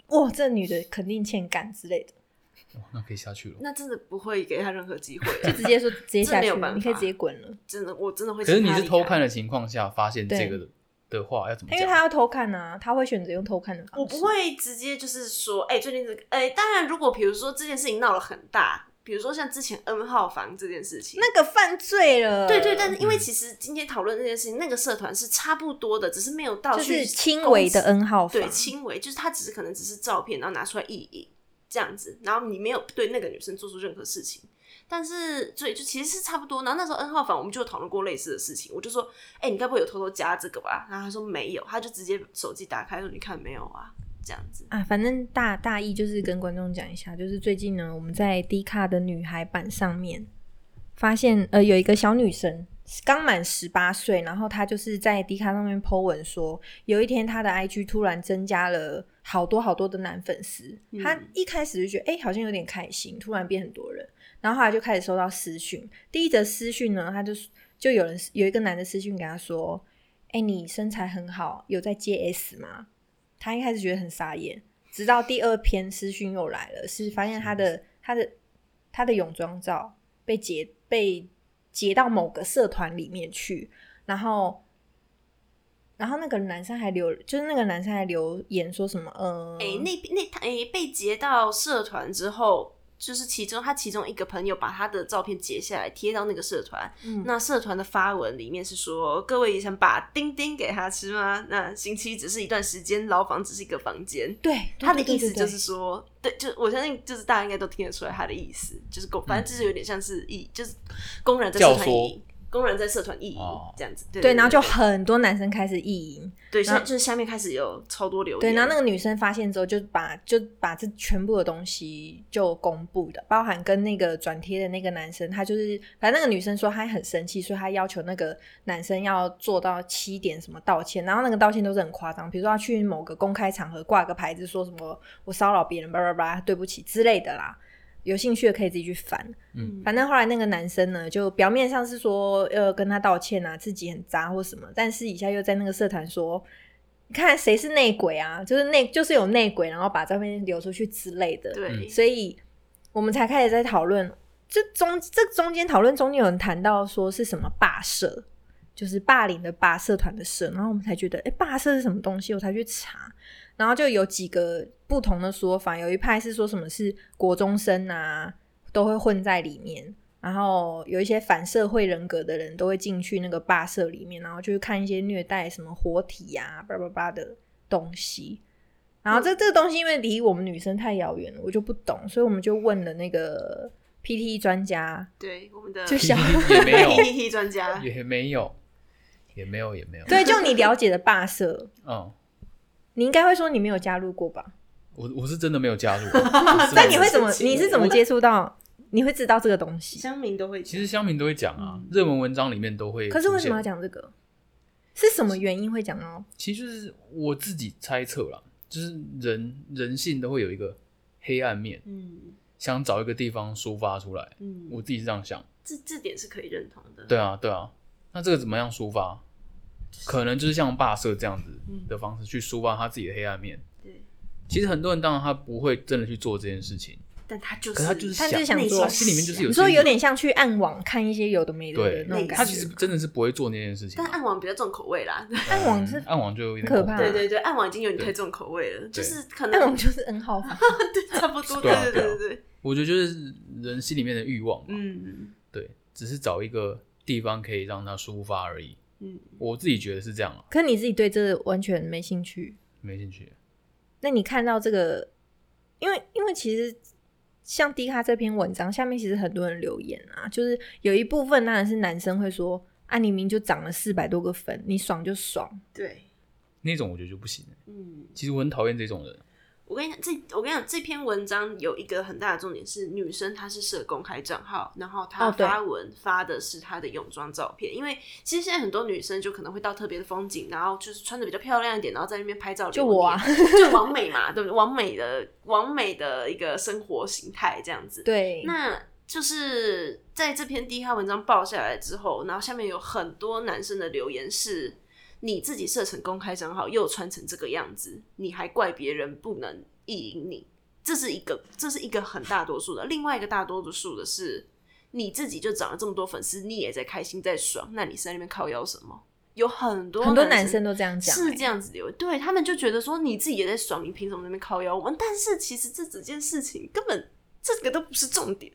Speaker 1: 哇，这女的肯定欠干之类的，
Speaker 3: 哇那可以下去了。
Speaker 2: 那真的不会给他任何
Speaker 1: *laughs*
Speaker 2: 机会，
Speaker 1: 就直接说直接
Speaker 2: *laughs* 这
Speaker 1: 下
Speaker 2: 没
Speaker 1: 去
Speaker 2: 有
Speaker 1: 了，
Speaker 2: 办
Speaker 1: 你可以
Speaker 2: 法
Speaker 1: 直接滚了。
Speaker 2: 真的我真的会。
Speaker 3: 可是你是偷看，的情况下发现这个的的话，要怎么
Speaker 1: 啊因为
Speaker 3: 讲？*laughs*
Speaker 1: 他要偷看啊，他会选择用偷看的方式。
Speaker 2: 我不会直接就是说，哎、最近这个，哎、当然如果比如说这件事情闹了很大，比如说像之前 N 号房这件事情，
Speaker 1: 那个犯罪了。
Speaker 2: 对对，但是因为
Speaker 3: 嗯
Speaker 2: 其实今天讨论这件事情，那个社团是差不多的，只是没有到
Speaker 1: 就
Speaker 2: 去
Speaker 1: 是轻微的
Speaker 2: 攻击
Speaker 1: N 号房，
Speaker 2: 对轻微，就是他只是可能只是照片，然后拿出来意淫这样子，然后你没有对那个女生做出任何事情。但是，所以就其实是差不多。然后那时候 N 号房我们就有讨论过类似的事情，我就说，哎、你该不会有偷偷加这个吧？然后他说没有，他就直接手机打开说，你看没有啊，这样子。
Speaker 1: 啊，反正大大意就是跟观众讲一下，就是最近呢，我们在 D 卡的女孩版上面发现，呃，有一个小女生刚满十八岁，然后她就是在 D 卡上面 po 文说，有一天她的 IG 突然增加了好多好多的男粉丝，她
Speaker 2: 嗯
Speaker 1: 一开始就觉得，哎、好像有点开心，突然变很多人，然后后来就开始收到私讯，第一则私讯呢，她就就有人有一个男的私讯给她说，哎、你身材很好，有在接 S 吗？他一开始觉得很傻眼，直到第二篇私讯又来了，是发现他的他的他的泳装照被截被截到某个社团里面去，然后然后那个男生还留，就是那个男生还留言说什么，呃，
Speaker 2: 哎、那那他哎、被截到社团之后，就是其中他其中一个朋友把他的照片截下来贴到那个社团，
Speaker 1: 嗯
Speaker 2: 那社团的发文里面是说，各位也想把丁丁给他吃吗？那星期只是一段时间，牢房只是一个房间。
Speaker 1: 对对
Speaker 2: 他的
Speaker 1: 对对
Speaker 2: 意思
Speaker 1: 对
Speaker 2: 就是说，对，就我相信，就是大家应该都听得出来他的意思，就是公，
Speaker 1: 嗯
Speaker 2: 反正就是有点像是意，就是公然在社团
Speaker 3: 教唆
Speaker 2: 意淫，公然在社团意淫
Speaker 3: 哦
Speaker 2: 这样子，对
Speaker 1: 对，然后就
Speaker 2: 对
Speaker 1: 很多男生开始意淫，
Speaker 2: 对，现
Speaker 1: 然
Speaker 2: 在
Speaker 1: 后
Speaker 2: 就是下面开始有超多留言，
Speaker 1: 对，然后那个女生发现之后，就把就把这全部的东西就公布的，包含跟那个转贴的那个男生，他就是反正那个女生说她很生气，所以她要求那个男生要做到七点什么道歉，然后那个道歉都是很夸张，比如说他去某个公开场合挂个牌子说什么我骚扰别人，叭叭叭，对不起之类的啦。有兴趣的可以自己去翻，
Speaker 2: 嗯
Speaker 1: 反正后来那个男生呢，就表面上是说呃跟他道歉啊，自己很渣或什么，但私底下又在那个社团说，你看谁是内鬼啊，就是内就是有内鬼，然后把照片流出去之类的。，
Speaker 2: 对，
Speaker 1: 所以我们才开始在讨论，这中这中间讨论中间有人谈到说是什么霸社，就是霸凌的霸社团的社，然后我们才觉得，哎，霸社是什么东西？我才去查，然后就有几个不同的说法，有一派是说什么是国中生啊，都会混在里面。然后有一些反社会人格的人都会进去那个霸社里面，然后就是看一些虐待什么活体啊、叭叭叭的东西。然后
Speaker 3: 嗯
Speaker 1: 这这个东西因为离我们女生太遥远了，我就不懂，所以我们就问了那个 PT 专
Speaker 3: *laughs*
Speaker 1: 家，
Speaker 2: 对，我们的
Speaker 1: 就小
Speaker 3: 也没有，
Speaker 2: PPT *laughs* 专家，
Speaker 3: 也没有，也没有，也没有。
Speaker 1: 对，就你了解的霸社，
Speaker 3: 嗯，
Speaker 1: 你应该会说你没有加入过吧？
Speaker 3: 我我是真的没有加入
Speaker 1: *laughs*
Speaker 3: 过。我是真的
Speaker 1: 但
Speaker 3: 没有
Speaker 1: 你会怎么？
Speaker 2: 是
Speaker 1: 你是怎么接触到？你会知道这个东西？
Speaker 2: 乡民都会讲，
Speaker 3: 其实乡民都会讲啊，热门文章里面都会。
Speaker 1: 嗯可是为什么要？讲这个？是什么原因会讲哦？
Speaker 3: 其实就是我自己猜测啦，就是人人性都会有一个黑暗面，
Speaker 2: 嗯
Speaker 3: 想找一个地方抒发出来。
Speaker 2: 嗯，
Speaker 3: 我自己是这样想。
Speaker 2: 这这点是可以认同的。
Speaker 3: 对啊，对啊。那这个怎么
Speaker 1: 嗯
Speaker 3: 样抒发？可能就是像霸社这样子的方式去抒发他自己的黑暗面。其实很多人当然他不会真的去做这件事情，
Speaker 2: 但他就
Speaker 3: 可是他就是
Speaker 1: 他
Speaker 3: 想，
Speaker 1: 就是想
Speaker 2: 内
Speaker 1: 做
Speaker 2: 心
Speaker 3: 心里面就是有
Speaker 1: 你说有点像去暗网看一些有的没的的
Speaker 3: 对
Speaker 1: 那种感觉。
Speaker 3: 他其实嗯真的是不会做那件事情
Speaker 2: 但。暗网比较重口味啦，
Speaker 1: 暗网是
Speaker 3: 嗯暗网就有点
Speaker 1: 可怕
Speaker 3: 恐
Speaker 2: 对
Speaker 3: 怖
Speaker 2: 对对，暗网已经有点
Speaker 3: 对
Speaker 2: 太重口味了，就是可
Speaker 1: 暗网
Speaker 2: 能
Speaker 1: 就是 N 号
Speaker 3: *laughs*
Speaker 1: 房，
Speaker 2: *laughs* 对差不多，对
Speaker 3: 对啊
Speaker 2: 对
Speaker 3: 对啊
Speaker 2: 对对，
Speaker 3: 我觉得就是人心里面的欲望嘛，
Speaker 2: 嗯
Speaker 3: 对，只是找一个地方可以让它抒发而已。
Speaker 2: 嗯，
Speaker 3: 我自己觉得是这样啊，
Speaker 1: 可是你自己对这完全没兴趣。
Speaker 3: 没兴趣。
Speaker 1: 那你看到这个，因为因为其实像迪卡这篇文章下面，其实很多人留言啊，就是有一部分当然是男生会说啊，你明明就涨了四百多个粉，你爽就爽，
Speaker 2: 对，
Speaker 3: 那种我觉得就不行。
Speaker 2: 嗯。
Speaker 3: 其实我很讨厌这种人，
Speaker 2: 我跟你讲，这我跟你讲，这篇文章有一个很大的重点是，女生她是设公开账号，然后她
Speaker 1: 哦对
Speaker 2: 发文发的是她的泳装照片，因为其实现在很多女生就可能会到特别的风景，然后就是穿的比较漂亮一点，然后在那边拍照
Speaker 1: 就
Speaker 2: 留念
Speaker 1: 我啊，
Speaker 2: 就完美嘛，对不对？完美的完美的一个生活形态这样子。
Speaker 1: 对，
Speaker 2: 那就是在这篇低咖文章爆下来之后，然后下面有很多男生的留言是：你自己设成公开账号，又穿成这个样子，你还怪别人不能意淫你，这是一个，这是一个很大多数的。另外一个大多数的是，你自己就涨了这么多粉丝，你也在开心在爽，那你是在那边靠腰什么？有很多
Speaker 1: 很多
Speaker 2: 男
Speaker 1: 男生都这样讲、
Speaker 2: 是
Speaker 1: 欸
Speaker 2: 这样子留言，对他们就觉得说你自己也在爽，你凭什么在那边靠腰我？但是其实这几件事情根本这个都不是重点，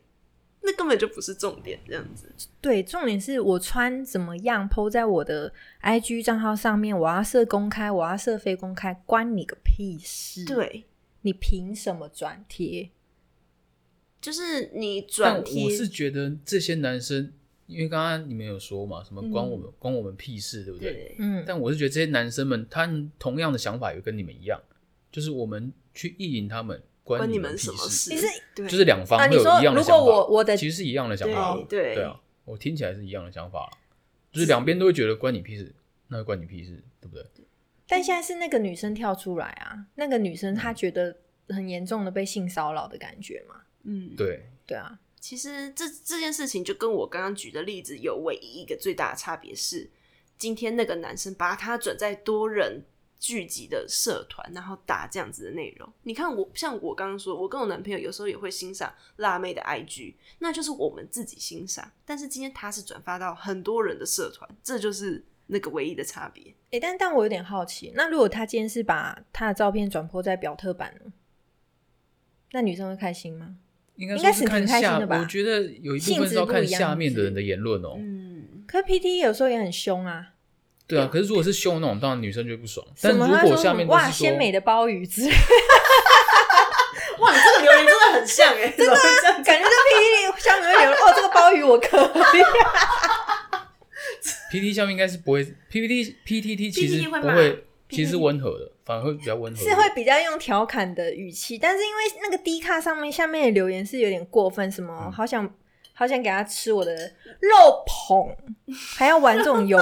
Speaker 2: 那根本就不是重点，这样子。
Speaker 1: 对，重点是我穿怎么样，PO 在我的 IG 账号上面，我要设公开，我要设非公开，关你个屁事！，
Speaker 2: 对，
Speaker 1: 你凭什么转贴？
Speaker 2: 就是你转
Speaker 3: 但
Speaker 2: 贴
Speaker 3: 我，是觉得这些男生，因为刚刚你们有说嘛，什么关我们、关我们屁事，对不对？
Speaker 2: 对，
Speaker 1: 嗯，
Speaker 3: 但我是觉得这些男生们，他们同样的想法也跟你们一样，就是我们去意淫他们，关
Speaker 2: 关你
Speaker 3: 们
Speaker 2: 们
Speaker 3: 屁
Speaker 2: 什么
Speaker 3: 事？
Speaker 2: 事？
Speaker 1: 你是
Speaker 2: 对，
Speaker 3: 就是两方
Speaker 1: 啊
Speaker 3: 会有
Speaker 1: 你说
Speaker 3: 一样的
Speaker 1: 如
Speaker 3: 想法。
Speaker 1: 果我我的
Speaker 3: 其实是一样的想法，
Speaker 2: 对
Speaker 3: 对啊，我听起来是一样的想法，啊就是两边都会觉得关你屁事，那就关你屁事，对不对？
Speaker 1: 但现在是那个女生跳出来啊，那个女生
Speaker 3: 嗯
Speaker 1: 她觉得很严重的被性骚扰的感觉嘛，
Speaker 2: 嗯，。
Speaker 3: 对，
Speaker 1: 对啊，
Speaker 2: 其实这这件事情就跟我刚刚举的例子有唯一一个最大的差别是，今天那个男生把他转在多人聚集的社团，然后打这样子的内容。你看我像我刚刚说，我跟我男朋友有时候也会欣赏辣妹的 IG，那就是我们自己欣赏。但是今天他是转发到很多人的社团，这就是那个唯一的差别。
Speaker 1: 诶、但但我有点好奇，那如果她今天是把她的照片转播在表特版呢，那女生会开心吗？
Speaker 3: 应该
Speaker 1: 应
Speaker 3: 说
Speaker 1: 该
Speaker 3: 是
Speaker 1: 是挺
Speaker 3: 看
Speaker 1: 开心
Speaker 3: 下，
Speaker 1: 的吧
Speaker 3: 我觉得有一部
Speaker 1: 性
Speaker 3: 分
Speaker 1: 质
Speaker 3: 是要
Speaker 1: 不
Speaker 3: 看
Speaker 1: 一样
Speaker 3: 下面的人的言论哦。
Speaker 2: 嗯，
Speaker 1: 可是 PT 有时候也很凶啊，
Speaker 3: 对啊，可是如果是凶那种，当然女生就会不爽。但
Speaker 1: 什
Speaker 3: 如
Speaker 1: 么她
Speaker 3: 果
Speaker 1: 说
Speaker 3: 下
Speaker 1: 什
Speaker 3: 面
Speaker 1: 么
Speaker 3: 都
Speaker 1: 哇
Speaker 3: 是说
Speaker 1: 鲜美的鲍鱼之类的
Speaker 2: 哇，你这个留言真的很像 *laughs* 哎、欸，真的
Speaker 1: 感觉这 PPT 下面会有人哦，这个鲍鱼我可 *laughs* 以。
Speaker 3: ，PT 下面应该是不会，PPT PTT 其实
Speaker 2: PTT 会
Speaker 3: 不
Speaker 2: 骂
Speaker 3: 会，其实温和的，反而会比较温和一
Speaker 1: 是
Speaker 3: 点。
Speaker 1: 会比较用调侃的语气，但是因为那个 D 卡上面下面的留言是有点过分，什么
Speaker 3: 嗯
Speaker 1: 好想好想给他吃我的肉捧，还要玩这种
Speaker 3: *laughs*
Speaker 1: 游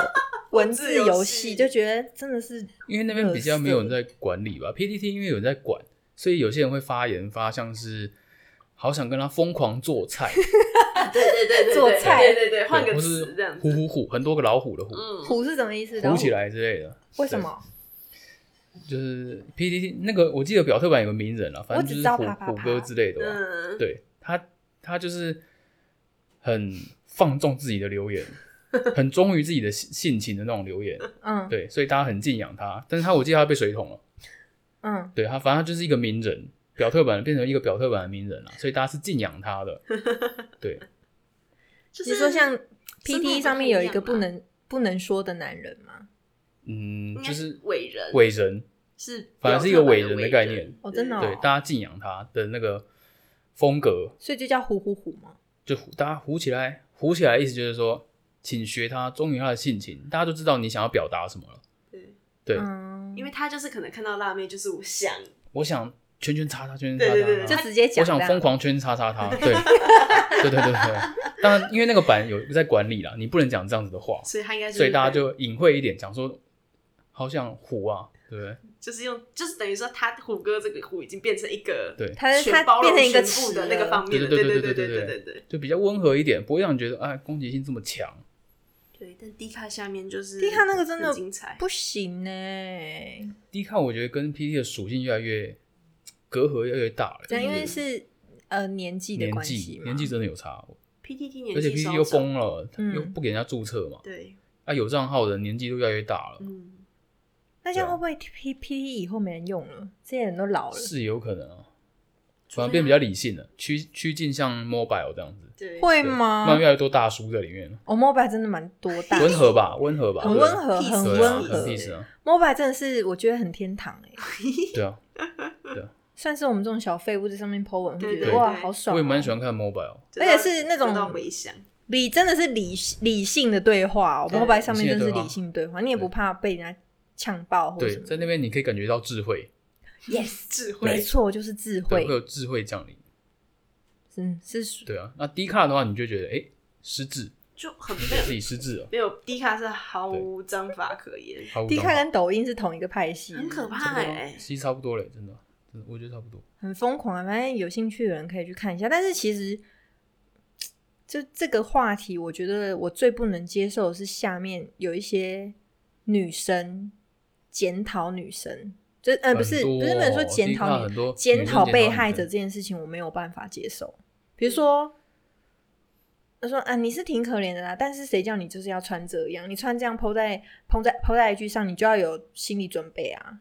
Speaker 1: 文字游
Speaker 2: 游
Speaker 1: 戏，
Speaker 2: 戏
Speaker 1: 就觉得真的是
Speaker 3: 因为那边比较没有人在管理吧，PTT 因为有人在管，所以有些人会发言发像是好想跟他疯狂做
Speaker 1: *laughs*
Speaker 3: 菜，
Speaker 2: 啊对对对对，
Speaker 1: 做菜
Speaker 2: 对对对，换
Speaker 3: 对
Speaker 2: 个
Speaker 3: 或
Speaker 2: 词
Speaker 3: 是
Speaker 2: 这样
Speaker 3: 虎
Speaker 2: 子，
Speaker 3: 虎虎，很多个老虎的虎，
Speaker 2: 嗯，
Speaker 1: 虎是什么意思？
Speaker 3: 虎起，来之类的。
Speaker 1: 为什么？
Speaker 3: 就是 PTT 那个，我记得表特版有个名人啊，反正
Speaker 1: 我
Speaker 3: 就
Speaker 1: 只知
Speaker 3: 是
Speaker 1: 道
Speaker 3: 虎
Speaker 1: 啪啪啪
Speaker 3: 虎哥之类的吧。
Speaker 2: 嗯，
Speaker 3: 对他，他就是很放纵自己的
Speaker 1: *laughs*
Speaker 3: 留言，很忠于自己的性性情的那种留言。
Speaker 1: 嗯
Speaker 3: 对，所以大家很敬仰他。但是他我记得他被水桶了，
Speaker 1: 嗯，
Speaker 3: 对他，反正他就是一个名人，表特版变成一个表特版的名人了、啊所以大家是敬仰
Speaker 1: *laughs*
Speaker 3: 他的。对，
Speaker 2: 就
Speaker 1: 你
Speaker 2: 是
Speaker 1: 说像
Speaker 2: 生
Speaker 1: PT
Speaker 2: 态
Speaker 1: 上
Speaker 2: 不
Speaker 1: 面
Speaker 2: 太
Speaker 1: 有
Speaker 2: 一
Speaker 1: 一
Speaker 2: 样
Speaker 1: 个不
Speaker 2: 嘛
Speaker 1: 能不能说的男人吗？
Speaker 2: 应
Speaker 3: 嗯，
Speaker 2: 该
Speaker 3: 就是
Speaker 2: 伟人，
Speaker 3: 伟人，
Speaker 2: 是
Speaker 3: 反
Speaker 2: 表
Speaker 3: 而是一
Speaker 2: 特
Speaker 3: 个
Speaker 2: 版
Speaker 3: 伟
Speaker 2: 的
Speaker 3: 人的
Speaker 2: 伟
Speaker 3: 概念
Speaker 1: 哦真的
Speaker 3: 对，大家敬仰他的那个风格，
Speaker 1: 所以就叫虎虎虎吗？
Speaker 3: 就唬大家唬起来，唬起来，意思就是说，请学他，忠于他的性情，大家都知道你想要表达什么了。
Speaker 2: 对，
Speaker 3: 对，
Speaker 1: 嗯，
Speaker 2: 因为他就是可能看到辣妹，就是我想，
Speaker 3: 我想圈圈叉叉，圈圈
Speaker 2: 对
Speaker 3: 叉
Speaker 2: 对
Speaker 3: 叉
Speaker 2: 对
Speaker 3: 叉
Speaker 1: 就直
Speaker 2: 对
Speaker 1: 接讲
Speaker 3: 我
Speaker 1: 啊这样，
Speaker 3: 想疯狂圈叉
Speaker 1: *laughs*
Speaker 3: 叉他，对，对对对对。当然，因为那个版有在管理啦，你不能讲这样子的话，
Speaker 2: 所以他应该是，
Speaker 3: 所以大家就隐晦一点讲说，好想唬啊，对不对？
Speaker 2: 就是用，就是等于说他虎哥这个虎已经变成一个
Speaker 3: 对
Speaker 1: 他是
Speaker 2: 全
Speaker 1: 他
Speaker 2: 包容
Speaker 1: 变成一个
Speaker 2: 全部
Speaker 1: 词
Speaker 2: 的那个
Speaker 1: 了
Speaker 2: 方面的，
Speaker 3: 对对
Speaker 2: 对
Speaker 3: 对
Speaker 2: 对
Speaker 3: 对
Speaker 2: 对对。
Speaker 3: 就比较温和一点，不会让你觉得哎攻击性这么强。
Speaker 2: 对，但 D 卡下面就是
Speaker 1: 迪卡那个真的
Speaker 2: 很精彩，
Speaker 1: 不行呢、欸
Speaker 3: 低看我觉得跟 PT 的属性越来越隔阂越来越大了。
Speaker 1: 这样因为
Speaker 3: 就是
Speaker 1: 呃年纪的
Speaker 3: 年
Speaker 1: 关
Speaker 3: 纪
Speaker 1: 系，嘛，
Speaker 3: 年纪真的有差，
Speaker 2: PTT 年
Speaker 3: 而且
Speaker 2: 纪
Speaker 3: P T
Speaker 2: 稍
Speaker 3: 又
Speaker 2: 长
Speaker 3: 封了，
Speaker 1: 嗯
Speaker 3: 又不给人家注册嘛，
Speaker 2: 对，
Speaker 3: 啊，有账号的人年纪都越来越大了，
Speaker 2: 嗯，
Speaker 1: 那这样
Speaker 3: 对啊
Speaker 1: 会不会 P P T 以后没人用了？这些人都老了，
Speaker 3: 是有可能啊，
Speaker 2: 除
Speaker 3: 反而
Speaker 2: 非
Speaker 3: 变比
Speaker 2: 他
Speaker 3: 较理性了，趋趋近像 mobile 这样子，
Speaker 2: 对
Speaker 1: 会
Speaker 3: 对
Speaker 1: 吗
Speaker 3: 慢？慢越来越多大叔在里面了，
Speaker 1: 我 mobile 真的蛮多啊大，
Speaker 3: 温和吧，温和吧，
Speaker 1: 很
Speaker 3: 对
Speaker 1: 温和，
Speaker 2: Peace，
Speaker 1: 很
Speaker 3: 对啊
Speaker 1: 温
Speaker 3: 很
Speaker 1: 和。
Speaker 3: peace 啊，
Speaker 1: mobile 真的是我觉得很天堂哎、
Speaker 3: 对啊，
Speaker 1: 算是我们这种小废物在上面 po 文，
Speaker 2: 对
Speaker 1: 会觉
Speaker 3: 对
Speaker 1: 得哇
Speaker 2: 对
Speaker 1: 好 *laughs* 爽、哦
Speaker 3: 我也蛮喜
Speaker 1: 欢。
Speaker 3: 欢看 mobile，
Speaker 2: 得
Speaker 1: 而且
Speaker 2: 到
Speaker 1: 是那
Speaker 2: 得
Speaker 1: 种
Speaker 2: 到回响，
Speaker 1: 理真的是理理性的对话、哦
Speaker 2: 对
Speaker 1: m o b i l e 上面真的是
Speaker 3: 理性的
Speaker 1: 理性对
Speaker 3: 对话
Speaker 1: 话，你也不怕被人家呛爆或
Speaker 3: 对
Speaker 1: 什，么。
Speaker 3: 在那边你可以感觉到智慧，
Speaker 1: yes，
Speaker 2: 智
Speaker 1: 没
Speaker 2: 慧，
Speaker 1: 错，就是智
Speaker 3: 对，
Speaker 1: 慧
Speaker 3: 会，有智慧降临，
Speaker 1: 嗯，是
Speaker 3: 对啊，那低卡的话，你就觉得哎，失智，
Speaker 2: 就很
Speaker 3: 你
Speaker 2: 没
Speaker 3: 觉得自
Speaker 2: 有
Speaker 3: 己失智了，
Speaker 2: 没有低卡是毫无章法可言，
Speaker 3: 毫无
Speaker 1: 低
Speaker 3: 章
Speaker 1: 卡
Speaker 3: 法
Speaker 1: 跟抖音是同一个派系，
Speaker 2: 很可怕
Speaker 3: 差不
Speaker 1: 欸
Speaker 3: 多
Speaker 2: 哎、
Speaker 3: 其实差不多嘞，真的，真的我觉得差不多。
Speaker 1: 很疯狂啊！反正有兴趣的人可以去看一下。但是其实，就这个话题，我觉得我最不能接受的是下面有一些女生检讨女生，就呃不是
Speaker 3: 很多
Speaker 1: 不是不能说
Speaker 3: 哦
Speaker 1: 检
Speaker 3: 低卡
Speaker 1: 讨
Speaker 3: 很
Speaker 1: 女
Speaker 3: 多
Speaker 1: 检讨被
Speaker 3: 女生
Speaker 1: 害者
Speaker 3: 女
Speaker 1: 这
Speaker 3: 生
Speaker 1: 件事情，我没有办法接受。比如说。他说：“啊，你是挺可怜的啦，但是谁叫你就是要穿这样？你穿这样抛在抛在抛在 IG 上，你就要有心理准备啊。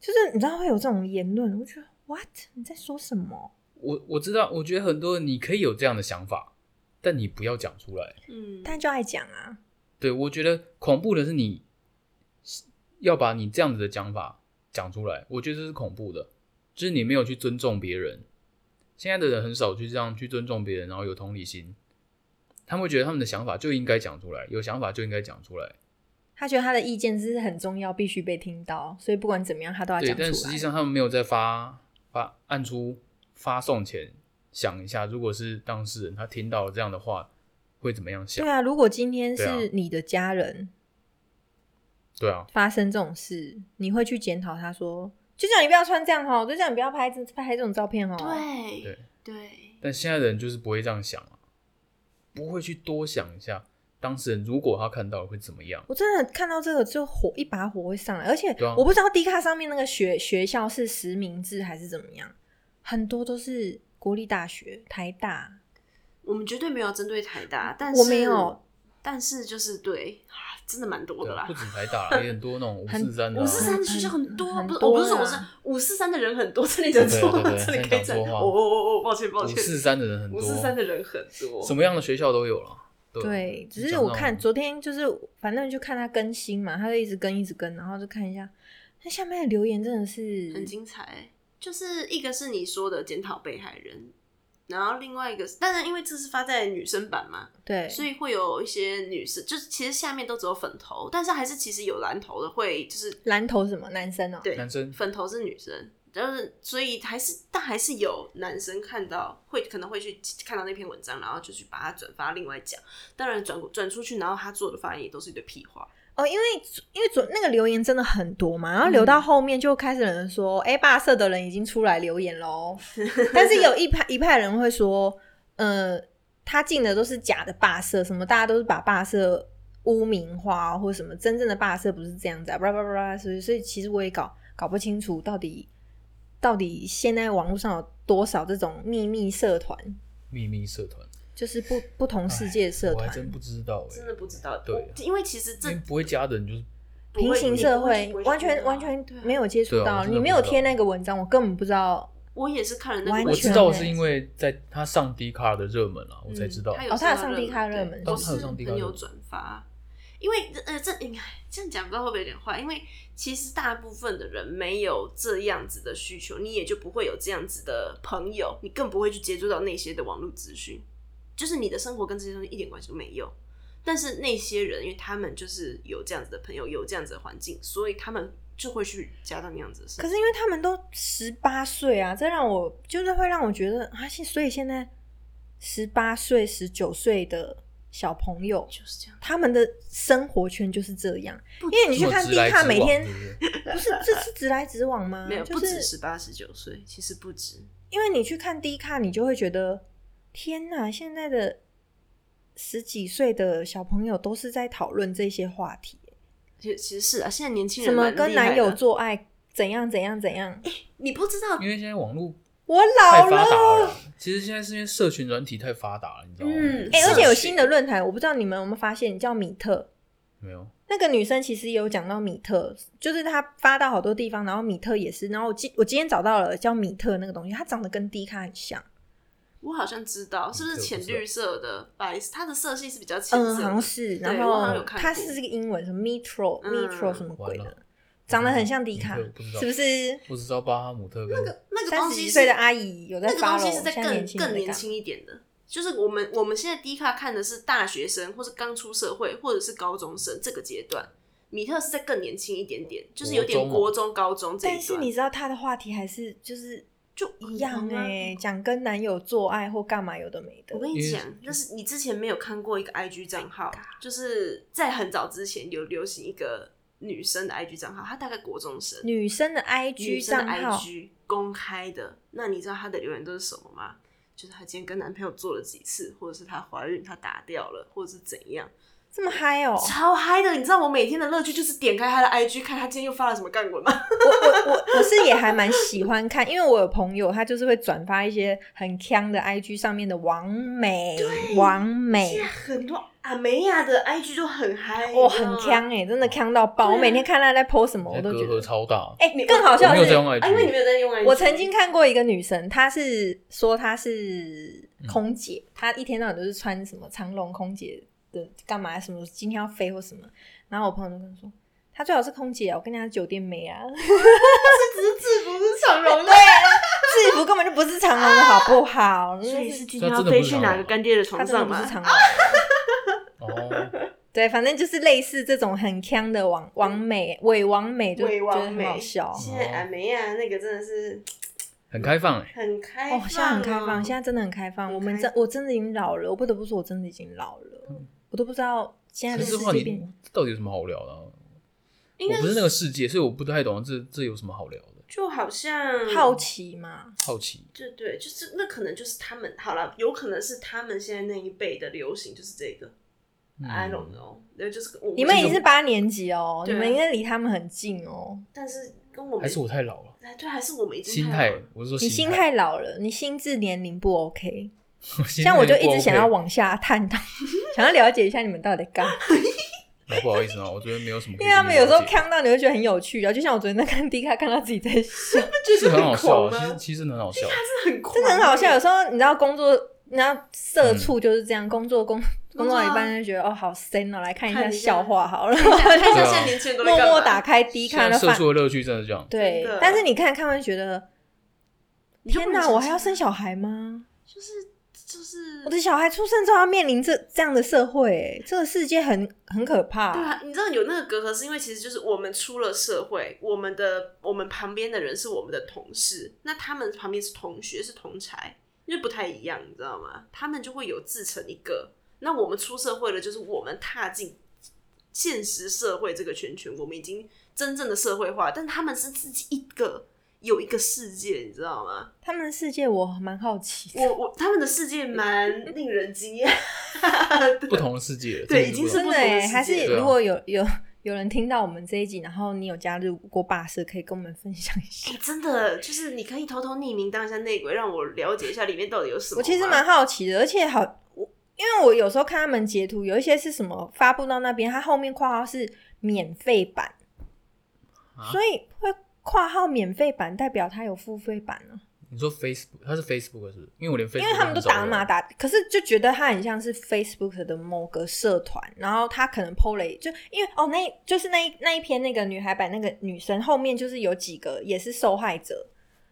Speaker 1: 就是你知道会有这种言论，我觉得 what 你在说什么？
Speaker 3: 我我知道，我觉得很多人你可以有这样的想法，但你不要讲出来。
Speaker 2: 嗯，
Speaker 1: 但就爱讲啊，
Speaker 3: 对我觉得恐怖的是你要把你这样子的讲法讲出来，我觉得这是恐怖的，就是你没有去尊重别人。现在的人很少去这样去尊重别人，然后有同理心，他们会觉得他们的想法就应该讲出来，有想法就应该讲出来。
Speaker 1: 他觉得他的意见是很重要，必须被听到，所以不管怎么样，他都要
Speaker 3: 对
Speaker 1: 讲，出来。
Speaker 3: 但实际上他们没有在发发按出发送前想一下，如果是当事人他听到了这样的话，会怎么样想
Speaker 1: 对？啊，如果今天
Speaker 3: 对啊
Speaker 1: 是你的家人
Speaker 3: 对啊，
Speaker 1: 发生这种事，你会去检讨他说，就叫你不要穿这样哦，就叫你不要拍这拍这种照片哦。，
Speaker 2: 对
Speaker 3: 对
Speaker 2: 对
Speaker 3: 但现在的人就是不会这样想啊，不会去多想一下当事人如果他看到了会怎么样。
Speaker 1: 我真的看到这个就火一把火会上来，而且
Speaker 3: 对啊
Speaker 1: 我不知道 D 卡上面那个学学校是实名制还是怎么样，很多都是国立大学、台大，
Speaker 2: 我们绝对没有针对台大，但是
Speaker 1: 我没有，
Speaker 2: 但是就是对啊，真的蛮多的
Speaker 3: 对啊，
Speaker 2: 啦
Speaker 3: 不。止台大啦，也很多那种五四三的、啊
Speaker 2: 五，四三的学校很多，
Speaker 1: 很
Speaker 2: 不是
Speaker 1: 很多
Speaker 2: 我
Speaker 1: 啊
Speaker 2: 不是说我是五四三的人很多，这里的错
Speaker 3: 对对，对
Speaker 2: 这里可以
Speaker 3: 这
Speaker 2: 讲
Speaker 3: 里讲
Speaker 2: 哦
Speaker 3: 错话
Speaker 2: 哦哦哦，抱歉抱
Speaker 3: 五
Speaker 2: 歉，
Speaker 3: 四三的人很
Speaker 2: *laughs*
Speaker 3: 多，啊
Speaker 2: 五四三的人很多，
Speaker 3: 什么样的学校都有了。
Speaker 1: 对，只
Speaker 3: 就是讲
Speaker 1: 我
Speaker 3: 到
Speaker 1: 看昨天就是反正就看他更新嘛，他就一直更一直更，然后就看一下，那下面的留言真的是
Speaker 2: 很精彩。就是一个是你说的检讨被害人，然后另外一个是，当然因为这是发在女生版嘛，
Speaker 1: 对，
Speaker 2: 所以会有一些女生，就是其实下面都只有粉头，但是还是其实有蓝头的会，就是
Speaker 1: 蓝头是什么男生哦、
Speaker 2: 对
Speaker 3: 男生
Speaker 2: 粉头是女生，就是所以还是但还是有男生看到会可能会去看到那篇文章，然后就去把它转发另外讲。当然转转出去，然后他做的发言也都是一堆屁话。
Speaker 1: 哦，因为因为昨那个留言真的很多嘛，然后留到后面就开始有人说，哎、霸社的人已经出来留言喽，但是有一派一派人会说，呃，他进的都是假的霸社，什么大家都是把霸社污名化、或者什么，真正的霸社不是这样子啊，巴拉巴拉巴拉，所以所以其实我也搞搞不清楚到底到底现在网络上有多少这种秘密社团，
Speaker 3: 秘密社团，
Speaker 1: 就是不不同世界的社
Speaker 3: 啊我
Speaker 1: 团
Speaker 3: 还，真不知道哎、
Speaker 2: 真的不知道，
Speaker 3: 对
Speaker 2: 我因为其实
Speaker 3: 因
Speaker 2: 这
Speaker 3: 为不会加的人就是
Speaker 2: 不
Speaker 1: 平
Speaker 2: 会
Speaker 1: 行
Speaker 2: 你
Speaker 1: 社
Speaker 2: 不会
Speaker 1: 会
Speaker 2: 去
Speaker 1: 完全
Speaker 2: 规
Speaker 1: 完
Speaker 2: 范
Speaker 1: 全
Speaker 2: 对啊
Speaker 1: 没有接触
Speaker 3: 对啊
Speaker 1: 到，
Speaker 3: 我真的
Speaker 1: 你
Speaker 3: 不
Speaker 1: 没
Speaker 3: 知
Speaker 1: 有
Speaker 3: 道
Speaker 1: 贴那个文章，我根本不知道。
Speaker 2: 我也是看了那
Speaker 1: 完
Speaker 2: 个
Speaker 3: 我
Speaker 2: 文
Speaker 1: 全
Speaker 3: 知
Speaker 2: 章，
Speaker 3: 道
Speaker 1: 欸
Speaker 3: 是因为在他上 D 卡的热门啊，我才知道。
Speaker 2: 嗯
Speaker 3: 哦
Speaker 2: 他
Speaker 1: 哦他有上
Speaker 2: 低
Speaker 1: D 卡热门
Speaker 2: 我
Speaker 1: 是
Speaker 2: 是
Speaker 1: 不
Speaker 3: 是
Speaker 2: 朋友转发。因为呃，这应该这样讲，不知道会不会有点坏。因为其实大部分的人没有这样子的需求，你也就不会有这样子的朋友，你更不会去接触到那些的网络资讯，就是你的生活跟这些东西一点关系都没有。但是那些人，因为他们就是有这样子的朋友，有这样子的环境，所以他们就会去加到那样子的事。
Speaker 1: 可是因为他们都十八岁啊，这让我就是会让我觉得啊，现所以现在十八岁、十九岁的小朋友，
Speaker 2: 就是这样，
Speaker 1: 他们的生活圈就是这样。
Speaker 2: 不
Speaker 1: 因为你
Speaker 3: 这
Speaker 1: 去
Speaker 3: 么
Speaker 1: 看
Speaker 3: 直
Speaker 1: D
Speaker 3: 来
Speaker 1: 卡，
Speaker 3: 直
Speaker 1: 每
Speaker 3: 往
Speaker 1: 天
Speaker 3: 对不对
Speaker 1: 不是这是直来直往吗？
Speaker 2: 没有、
Speaker 1: 啊就
Speaker 2: 不
Speaker 1: 是
Speaker 2: 止十八十九岁，其实不止。
Speaker 1: 因为你去看 D 卡，你就会觉得天哪，现在的十几岁的小朋友都是在讨论这些话题，
Speaker 2: 其实其实是啊，现在年轻
Speaker 1: 什
Speaker 2: 人
Speaker 1: 么
Speaker 2: 蛮厉
Speaker 1: 跟
Speaker 2: 害
Speaker 1: 男友
Speaker 2: 的
Speaker 1: 做爱怎样怎样怎样。
Speaker 2: 你不知道
Speaker 3: 因，为现在网络
Speaker 1: *laughs* 我
Speaker 3: 太
Speaker 1: 老
Speaker 3: 发达
Speaker 1: 了
Speaker 3: 了。，其实现在是因为社群软体太发达了，你知道吗？
Speaker 2: 嗯
Speaker 1: 哎、
Speaker 2: 社
Speaker 1: 而且有
Speaker 2: 群
Speaker 1: 新的论坛，我不知道你们有没有发现，叫米特。
Speaker 3: 没有，
Speaker 1: 那个女生其实也有讲到米特，就是她发到好多地方，然后米特也是，然后我今我今天找到了叫米特那个东西，它长得跟低卡很像，
Speaker 2: 我好像知道，是不是
Speaker 3: 这个
Speaker 2: 浅
Speaker 3: 不知道
Speaker 2: 绿色的白？它的色系是比较浅
Speaker 1: 嗯，
Speaker 2: 色
Speaker 1: 好
Speaker 2: 的，
Speaker 1: 像是，然
Speaker 2: 我好像
Speaker 1: 后
Speaker 2: 有看
Speaker 1: 它
Speaker 2: 过
Speaker 1: 是这个英文什么 metro、
Speaker 2: 嗯
Speaker 1: metro 什么鬼
Speaker 3: 完
Speaker 1: 的
Speaker 3: 了，
Speaker 1: 长得很像迪卡
Speaker 3: 米特，不知道
Speaker 1: 是不是？
Speaker 3: 我只知道巴哈姆特跟
Speaker 2: 那个
Speaker 1: 三
Speaker 2: 东
Speaker 1: 十
Speaker 2: 西
Speaker 1: 几
Speaker 2: 是
Speaker 1: 岁的阿姨有在
Speaker 2: 那个
Speaker 1: 发
Speaker 2: 东
Speaker 1: 了，
Speaker 2: 西是在
Speaker 1: 现在
Speaker 2: 更
Speaker 1: 年轻人
Speaker 2: 更
Speaker 1: 在
Speaker 2: 年
Speaker 1: 干嘛？
Speaker 2: 轻一点的，就是我们我们现在低卡看的是大学生，或是刚出社会，或者是高中生这个阶段。米特是在更年轻一点点，就是有点
Speaker 3: 国中哦
Speaker 2: 国中、高中这一
Speaker 1: 但
Speaker 2: 段。
Speaker 1: 是你知道她的话题还是就是就一样
Speaker 2: 很狂啊
Speaker 1: 哎、讲跟男友做爱或干嘛有的没的
Speaker 2: 我，跟你
Speaker 3: 因为
Speaker 2: 讲，就是你之前没有看过一个 IG 账号，就是在很早之前有流行一个女生的 IG 账号，她大概国中生，
Speaker 1: 女生的
Speaker 2: 女
Speaker 1: IG
Speaker 2: 生
Speaker 1: 账
Speaker 2: 的
Speaker 1: 号
Speaker 2: IG 公开的。那你知道她的留言都是什么吗？就是她今天跟男朋友做了几次，或者是她怀孕，她打掉了，或者是怎样，
Speaker 1: 这么嗨哦、
Speaker 2: 超嗨的。你知道我每天的乐趣就是点开她的 IG 看她今天又发了什么干文吗？
Speaker 1: 我我我是也还蛮喜欢看，因为我有朋友他就是会转发一些很强的 IG 上面的王美，王美
Speaker 2: 现在，很多阿梅亚的 IG 就很嗨，
Speaker 1: 哇、
Speaker 2: 你知道
Speaker 1: 很
Speaker 2: 吗
Speaker 1: 强哎、真的强到爆！
Speaker 2: 对啊
Speaker 1: 我每天看他在 po 什么，我
Speaker 3: 现在
Speaker 1: 都
Speaker 3: 隔
Speaker 1: 觉
Speaker 3: 阂
Speaker 1: 得，
Speaker 3: 超大。
Speaker 1: 哎、
Speaker 2: 你
Speaker 1: 更好笑
Speaker 3: 我没
Speaker 1: 的
Speaker 3: 有在用
Speaker 1: 是，
Speaker 3: IG，
Speaker 2: 啊因为你没有在用 IG，
Speaker 1: 我曾经看过一个女生，她是说她是空姐，她一天到晚都是穿什么长龙空姐的干嘛什么，今天要飞或什么，然后我朋友就跟我说。她最好是空姐啊，我跟你讲，酒店没啊，
Speaker 2: 制服是长绒的。
Speaker 1: 制服根本就不是长龙的好不好？
Speaker 2: 所啊以是今天
Speaker 3: 天
Speaker 2: 要
Speaker 3: 要
Speaker 2: 飞
Speaker 3: 飞
Speaker 2: 去
Speaker 3: 去
Speaker 2: 哪
Speaker 3: 哪
Speaker 2: 个
Speaker 3: 个
Speaker 2: 干
Speaker 3: 干
Speaker 2: 爹的
Speaker 1: 他
Speaker 2: 床
Speaker 1: 真的
Speaker 2: 上
Speaker 1: 不
Speaker 2: 吗
Speaker 1: 是？长龙，
Speaker 3: 哦，
Speaker 1: 对，反正就是类似这种很腔的网网美伪网美，就
Speaker 2: 伪
Speaker 1: 觉
Speaker 2: 王
Speaker 1: 得很好笑。
Speaker 2: 现在阿梅亚那个真的是
Speaker 3: 很开
Speaker 1: *laughs*
Speaker 3: 放哎，
Speaker 2: 很开
Speaker 1: 哦
Speaker 2: 放、，
Speaker 1: 现在很开放，现在真的很开放。
Speaker 2: 很
Speaker 1: 我们
Speaker 2: 开
Speaker 1: 真我真的已经老了，我不得不说，我真的已经老了，我都不知道现在
Speaker 3: 可
Speaker 1: 的
Speaker 3: 是
Speaker 1: 世
Speaker 3: 话
Speaker 1: 界变
Speaker 3: 你。到底有什么好聊的啊？
Speaker 2: 应该
Speaker 3: 我不是那个世界，所以我不太懂这这有什么好聊的。
Speaker 2: 就好像
Speaker 1: 好，奇嘛，
Speaker 3: 好奇，
Speaker 2: 对对，就是那可能就是他们好了，有可能是他们现在那一辈的流行就是这个、
Speaker 3: 嗯
Speaker 2: i don't know，那就是我
Speaker 1: 你们已经
Speaker 2: 也
Speaker 1: 是，八年级哦，你
Speaker 2: 对啊
Speaker 1: 们应该离他们很近哦。
Speaker 2: 但是跟我们
Speaker 3: 还是我太老了，
Speaker 2: 哎对，还是我们已经
Speaker 3: 心
Speaker 2: 太
Speaker 3: 态
Speaker 2: 老了，
Speaker 3: 我是说
Speaker 1: 你
Speaker 3: 心
Speaker 1: 心，态老了，你心智年龄不 OK。
Speaker 3: 啊 *laughs* 心态
Speaker 1: 像我就一
Speaker 3: 不
Speaker 1: 直
Speaker 3: OK
Speaker 1: 想要，往下探
Speaker 3: *laughs*
Speaker 1: 讨，想要了解一下你们到底在干嘛。
Speaker 3: 啊不好意思啊，我觉得没有什么可以
Speaker 1: 因
Speaker 3: 跟
Speaker 1: *laughs* 为他
Speaker 3: 你了
Speaker 1: 们
Speaker 3: 解，
Speaker 1: 有时候看到你会觉得很有趣，然后就像我昨天在看 D 卡，看到自己在笑，
Speaker 2: 就是
Speaker 3: 是很好
Speaker 2: 狂
Speaker 3: 笑啊，其
Speaker 2: 吗
Speaker 3: 实？其实很好笑，
Speaker 2: 是很狂，
Speaker 1: 真的很好笑。有时候你知道工作，
Speaker 3: 嗯
Speaker 1: 你知道社畜就是这样，工作工
Speaker 2: 工
Speaker 1: 工作
Speaker 2: 作啊
Speaker 1: 到一半就觉得哦好深哦，来看一
Speaker 2: 看
Speaker 1: 下
Speaker 2: 一下
Speaker 1: 笑话好了，
Speaker 2: 看一下
Speaker 3: 对啊
Speaker 2: 现在年轻人都在
Speaker 1: *laughs* 默
Speaker 2: 干嘛
Speaker 1: 默打，开 D 卡
Speaker 3: 现
Speaker 1: 的
Speaker 3: 在社
Speaker 1: 饭。
Speaker 3: 畜的乐趣真的是这样，
Speaker 1: 对
Speaker 2: 真的，
Speaker 1: 但是你看看完觉得，
Speaker 2: 你就不
Speaker 1: 天
Speaker 2: 能
Speaker 1: 哪，
Speaker 2: 想
Speaker 1: 我还要
Speaker 2: 象
Speaker 1: 生小孩吗？
Speaker 2: 就是就是
Speaker 1: 我的小孩出生之后要面临这这样的社会、哎这个世界很很可怕。
Speaker 2: 对啊，你知道有那个隔阂，是因为其实就是我们出了社会，我们的我们旁边的人是我们的同事，那他们旁边是同学，是同才，因为不太一样，你知道吗？他们就会有自成一个。那我们出社会了，就是我们踏进现实社会这个圈圈，我们已经真正的社会化，但他们是自己一个有一个世界，你知道吗？
Speaker 1: 他们的世界我蛮好奇的，
Speaker 2: 我我他们的世界蛮令人惊艳 *laughs*
Speaker 3: 不
Speaker 2: 的。
Speaker 3: 同的
Speaker 1: *laughs*
Speaker 3: 世界，
Speaker 2: 对
Speaker 3: 真的
Speaker 2: 已经
Speaker 3: 不
Speaker 2: 是
Speaker 3: 同
Speaker 1: 真
Speaker 2: 不
Speaker 1: 的
Speaker 2: 同的
Speaker 1: 哎、
Speaker 2: 世界
Speaker 1: 还是
Speaker 3: 对啊
Speaker 1: 如果有有有人听到我们这一集，然后你有加入过霸社，可以跟我们分享一下
Speaker 2: 哎。真的，就是你可以偷偷匿名当一下内鬼，让我了解一下里面到底有什么
Speaker 1: 我
Speaker 2: 吗。
Speaker 1: 其实蛮好奇的，而且好，我因为我有时候看他们截图，有一些是什么发布到那边，它后面括号是免费版，
Speaker 3: 啊
Speaker 1: 所以会括号免费版代表它有付费版呢、
Speaker 3: 啊你说 Facebook，它是 Facebook 是不是？因为我连 Facebook
Speaker 1: 因为他们都
Speaker 3: 很少
Speaker 1: 打码
Speaker 3: 用，
Speaker 1: 打，可是就觉得它很像是 Facebook 的某个社团，然后他可能 PO 了一，就因为哦，那一就是那一那一篇那个女孩版那个女生后面就是有几个也是受害者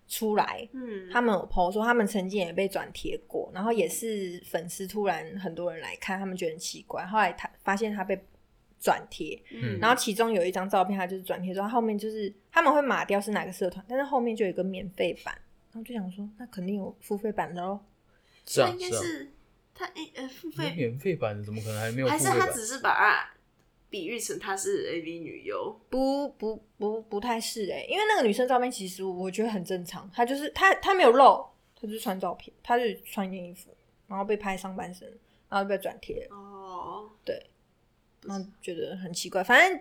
Speaker 1: 出来，
Speaker 2: 嗯，
Speaker 1: 他们有 PO 说他们曾经也被转贴过，然后也是粉丝突然很多人来看，他们觉得很奇怪，后来他发现他被转贴，
Speaker 2: 嗯，
Speaker 1: 然后其中有一张照片，他就是转贴说他后面就是他们会码掉是哪个社团，但是后面就有一个免费版，然后就想说那肯定有付费版的喽。
Speaker 3: 是啊
Speaker 2: 应该
Speaker 3: 是啊，
Speaker 2: 是他诶呃付
Speaker 3: 那
Speaker 2: 费，
Speaker 3: 免费版的怎么可能还没有付
Speaker 2: 还是
Speaker 3: 费
Speaker 2: 他
Speaker 3: 版？
Speaker 2: 只是把它比喻成她是 AV 女优？
Speaker 1: 不不不不太是哎、因为那个女生照片其实我觉得很正常，她就是她她没有露，她就是穿照片，她就是穿一件衣服，然后被拍上半身，然后就被转贴了，
Speaker 2: 哦，
Speaker 1: 然后觉得很奇怪。反正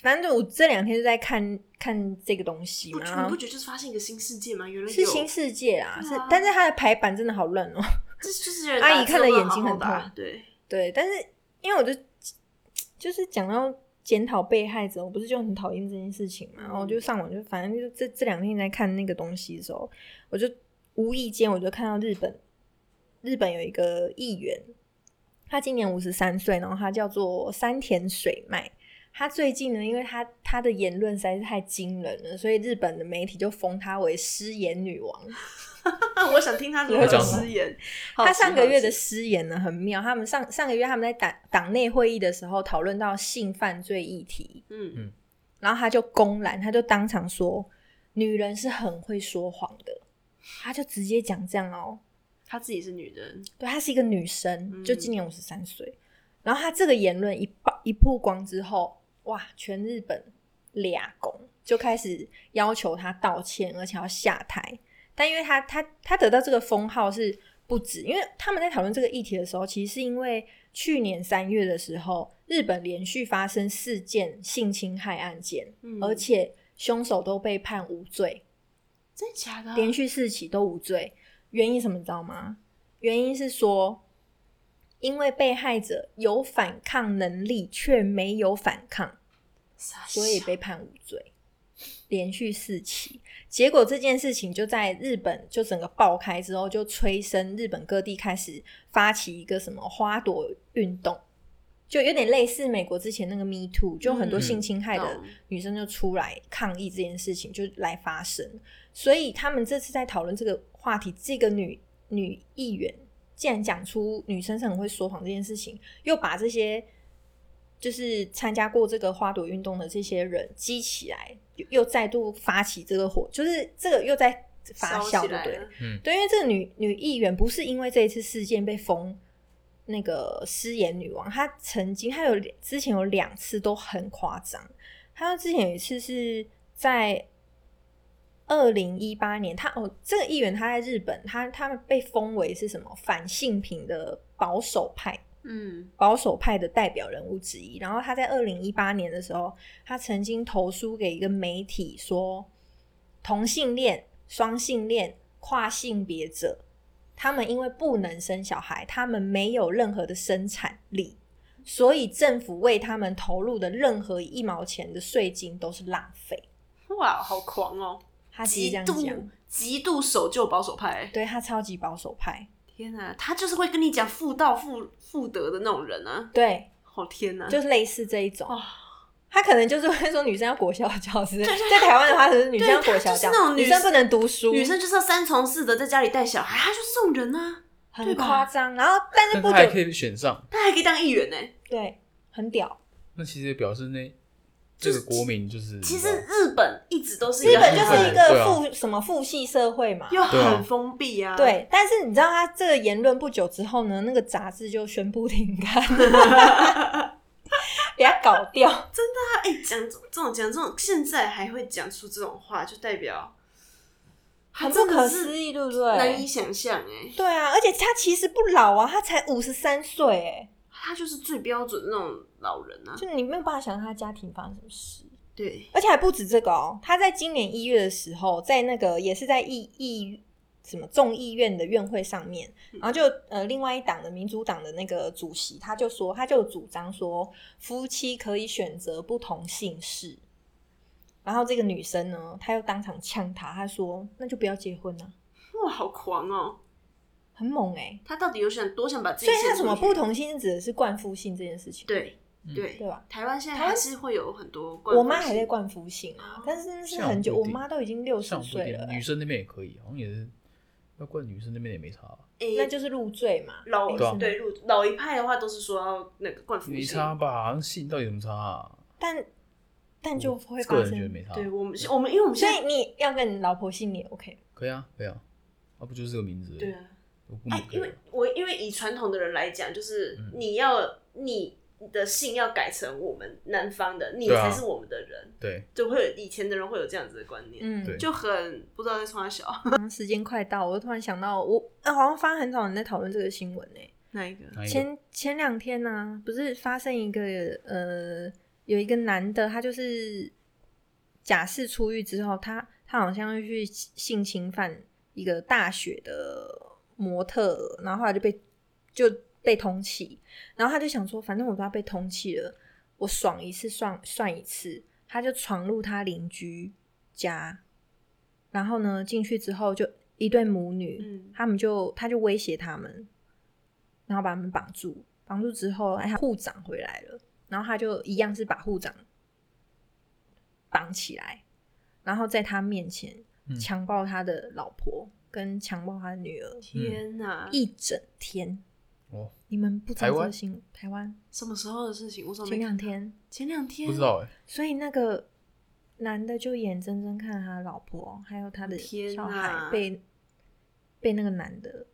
Speaker 1: 反正我这两天就在看看这个东西
Speaker 2: 不
Speaker 1: 嘛，
Speaker 3: 啊
Speaker 2: 觉
Speaker 1: 然
Speaker 2: 你
Speaker 1: 后
Speaker 2: 不觉得就是发现一个新世界吗？原来
Speaker 1: 是
Speaker 2: 有，
Speaker 1: 新世界啦，
Speaker 2: 对
Speaker 1: 是
Speaker 2: 啊，
Speaker 1: 但是它的排版真的好烂哦、
Speaker 2: 这就是人
Speaker 1: 阿
Speaker 2: 打
Speaker 1: 姨
Speaker 2: 字
Speaker 1: 看得
Speaker 2: 不能
Speaker 1: 眼
Speaker 2: 好
Speaker 1: 睛
Speaker 2: 好
Speaker 1: 很
Speaker 2: 打
Speaker 1: 痛
Speaker 2: 对， *laughs*
Speaker 1: 对，但是因为我就就是讲到检讨被害者，我不是就很讨厌这件事情嘛，
Speaker 2: 嗯
Speaker 1: 然后我就上网就反正就这这两天在看那个东西的时候，我就无意间我就看到日本日本有一个议员，他今年五十三岁，然后他叫做山田水麦。他最近呢，因为他他的言论实在是太惊人了，所以日本的媒体就封他为失言女王。
Speaker 2: 我想听他如
Speaker 3: 他
Speaker 2: 何
Speaker 3: 讲什么
Speaker 2: 失言。好
Speaker 1: 他
Speaker 2: 奇
Speaker 1: 上个
Speaker 2: 好
Speaker 1: 月
Speaker 2: 奇
Speaker 1: 的失言呢很妙，他们上上个月他们在党党内会议的时候讨论到性犯罪议题，
Speaker 2: 嗯
Speaker 1: 然后他就公然，他就当场说女人是很会说谎的，他就直接讲这样哦，
Speaker 2: 她自己是女人，
Speaker 1: 对，她是一个女生，
Speaker 2: 嗯
Speaker 1: 就今年五十三岁，然后她这个言论一曝一曝光之后，哇，全日本俩公就开始要求她道歉，而且要下台。但因为她她她得到这个封号是不止，因为他们在讨论这个议题的时候，其实是因为去年三月的时候，日本连续发生四件性侵害案件，
Speaker 2: 嗯
Speaker 1: 而且凶手都被判无罪。
Speaker 2: 真的假的啊？
Speaker 1: 连续四起都无罪，原因什么你知道吗？原因是说，因为被害者有反抗能力却没有反抗，
Speaker 2: 傻
Speaker 1: 所以
Speaker 2: 笑
Speaker 1: 被判无罪。连续四起，结果这件事情就在日本就整个爆开之后，就催生日本各地开始发起一个什么花朵运动，就有点类似美国之前那个 Me Too，就很多
Speaker 2: 嗯
Speaker 1: 性侵害的
Speaker 2: 懂
Speaker 1: 女生就出来抗议这件事情，就来发声。所以他们这次在讨论这个话题，这个女女议员竟然讲出女生是很会说谎这件事情，又把这些就是参加过这个花朵运动的这些人激起来，又又再度发起这个火，就是这个又在发
Speaker 2: 烧
Speaker 1: 酵，对
Speaker 2: 起
Speaker 1: 不
Speaker 2: 来
Speaker 1: 对
Speaker 2: 了？
Speaker 1: 对，因为这个女女议员不是因为这一次事件被封那个失言女王，她曾经她有之前有两次都很夸张，她之前有一次是在二零一八年，她哦，这个议员她在日本，她他们被封为是什么反性平的保守派。
Speaker 2: 嗯，
Speaker 1: 保守派的代表人物之一。然后他在二零一八年的时候，他曾经投书给一个媒体说，同性恋、双性恋、跨性别者，他们因为不能生小孩，他们没有任何的生产力，所以政府为他们投入的任何一毛钱的税金都是浪费。
Speaker 2: 哇，好狂哦！
Speaker 1: 他其实
Speaker 2: 极
Speaker 1: 这样
Speaker 2: 度
Speaker 1: 讲，
Speaker 2: 极度守旧保守派。
Speaker 1: 对他超级保守派，
Speaker 2: 天哪、他就是会跟你讲妇道妇妇德的那种人啊！
Speaker 1: 对，
Speaker 2: 好天哪、
Speaker 1: 就是类似这一种。
Speaker 2: 哦
Speaker 1: 他可能就是会说女生要裹小脚之类，在台湾的话，可是女生要裹小脚
Speaker 2: 对他就是那，种女
Speaker 1: 女生不能读书，
Speaker 2: 女生就是要三从四德，在家里带小孩，他就是这种人啊！
Speaker 1: 很
Speaker 2: 对吧
Speaker 1: 夸张。然后，但是
Speaker 3: 但
Speaker 1: 不
Speaker 3: 他还可
Speaker 1: 久，
Speaker 3: 以选上，
Speaker 2: 他还可以当议员呢、
Speaker 1: 对，很屌。
Speaker 3: 那其实也表示那这个国民就是
Speaker 2: 其实日本一直都是
Speaker 1: 嗯
Speaker 2: 一
Speaker 1: 日
Speaker 2: 个
Speaker 1: 本
Speaker 2: 很
Speaker 1: 就是一
Speaker 3: 对
Speaker 1: 个
Speaker 3: 啊
Speaker 1: 父什么父系社会嘛，
Speaker 2: 又
Speaker 3: 对啊
Speaker 2: 很封闭啊。，
Speaker 1: 对。但是你知道他这个言论不久之后呢，那个杂志就宣布停 *laughs* 刊，给他搞 *laughs* 掉。啊
Speaker 2: 他哎讲这这种讲这种，现在还会讲出这种话，就代表他
Speaker 1: 很不
Speaker 2: 真的
Speaker 1: 可
Speaker 2: 是
Speaker 1: 思议对不对
Speaker 2: 难以想象哎、
Speaker 1: 对啊，而且他其实不老啊，他才五十三岁，哎，
Speaker 2: 他就是最标准的那种老人啊。
Speaker 1: 就你没有办法想象他家庭发生什么事。
Speaker 2: 对，
Speaker 1: 而且还不止这个哦，他在今年一月的时候，在那个也是在议议什么众议院的院会上面，
Speaker 2: 嗯
Speaker 1: 然后就呃另外一党的民主党的那个主席，他就说他就主张说夫妻可以选择不同姓氏。然后这个女生呢，她又当场呛他，她说：“那就不要结婚了、
Speaker 2: 哇，好狂哦！
Speaker 1: 很猛哎、
Speaker 2: 他到底有想多想把自己
Speaker 1: 所以
Speaker 2: 献
Speaker 1: 她
Speaker 2: 出去？啊
Speaker 1: 什么不同姓指的是冠夫姓这件事情，
Speaker 2: 对
Speaker 3: 嗯
Speaker 2: 对
Speaker 1: 对吧？
Speaker 2: 台湾现在
Speaker 1: 台湾
Speaker 2: 还是会有很多冠夫姓，
Speaker 1: 我妈还在冠夫姓啊
Speaker 2: 哦，
Speaker 1: 但是那是
Speaker 3: 嗯像我
Speaker 1: 很久，
Speaker 3: 不
Speaker 1: 我
Speaker 3: 一定
Speaker 1: 妈都已经六十
Speaker 3: 上不
Speaker 1: 岁
Speaker 3: 点
Speaker 1: 了欸、
Speaker 3: 女生那边也可以，好像也是要怪女生那边也没差啊吧，
Speaker 2: 诶，
Speaker 1: 那就是入赘嘛。
Speaker 2: 老
Speaker 1: 没事
Speaker 3: 对啊
Speaker 2: 哎对入老一派的话都是说要那个冠夫
Speaker 3: 没
Speaker 2: 姓。
Speaker 3: 差吧？好像性到底有什么差啊？
Speaker 1: 但但
Speaker 3: 我
Speaker 1: 就会
Speaker 3: 个
Speaker 1: 发
Speaker 3: 人觉得没
Speaker 1: 生。
Speaker 3: 差，
Speaker 2: 对我们我们因为我们
Speaker 1: 所
Speaker 2: 现在
Speaker 1: 以你要跟你老婆姓你也 OK，
Speaker 3: 可以啊，可以啊，啊不就是这个名字？
Speaker 2: 对啊，
Speaker 3: 我不
Speaker 2: 哎，因为我因为以传统的人来讲，就是
Speaker 3: 嗯
Speaker 2: 你要你的姓要改成我们南方的，你
Speaker 3: 对啊
Speaker 2: 才是我们的人，
Speaker 3: 对，
Speaker 2: 就会有以前的人会有这样子的观念，
Speaker 1: 嗯，
Speaker 3: 对
Speaker 2: 就很不知道在冲他小
Speaker 1: 好像时间快到，我突然想到我，呃好像发很少人在讨论这个新闻呢、欸
Speaker 2: 那一个
Speaker 3: 哪一个
Speaker 1: 前前两天呢、不是发生一个呃有一个男的，他就是假释出狱之后，他他好像又去性侵犯一个大学的模特儿，然后后来就被就被通缉，然后他就想说，反正我都要被通缉了，我爽一次算算一次，他就闯入他邻居家，然后呢进去之后就一对母女，
Speaker 2: 嗯
Speaker 1: 他们就他就威胁他们，然后把他们绑住，绑住之后，哎，他护长回来了，然后他就一样是把护长绑起来，然后在他面前
Speaker 3: 嗯
Speaker 1: 强暴他的老婆跟强暴他的女儿
Speaker 2: 天哪，
Speaker 3: 嗯
Speaker 1: 一整天。
Speaker 3: 哦，
Speaker 1: 你们不知道
Speaker 3: 台
Speaker 1: 这
Speaker 3: 湾
Speaker 1: 个新台湾
Speaker 2: 什么时候的事情？我怎么
Speaker 1: 前
Speaker 2: 没
Speaker 1: 两天，
Speaker 2: 前两天
Speaker 3: 不知道哎、
Speaker 1: 所以那个男的就眼睁睁看他老婆还有他的
Speaker 2: 天
Speaker 1: 小
Speaker 2: 哪
Speaker 1: 孩被被那个男的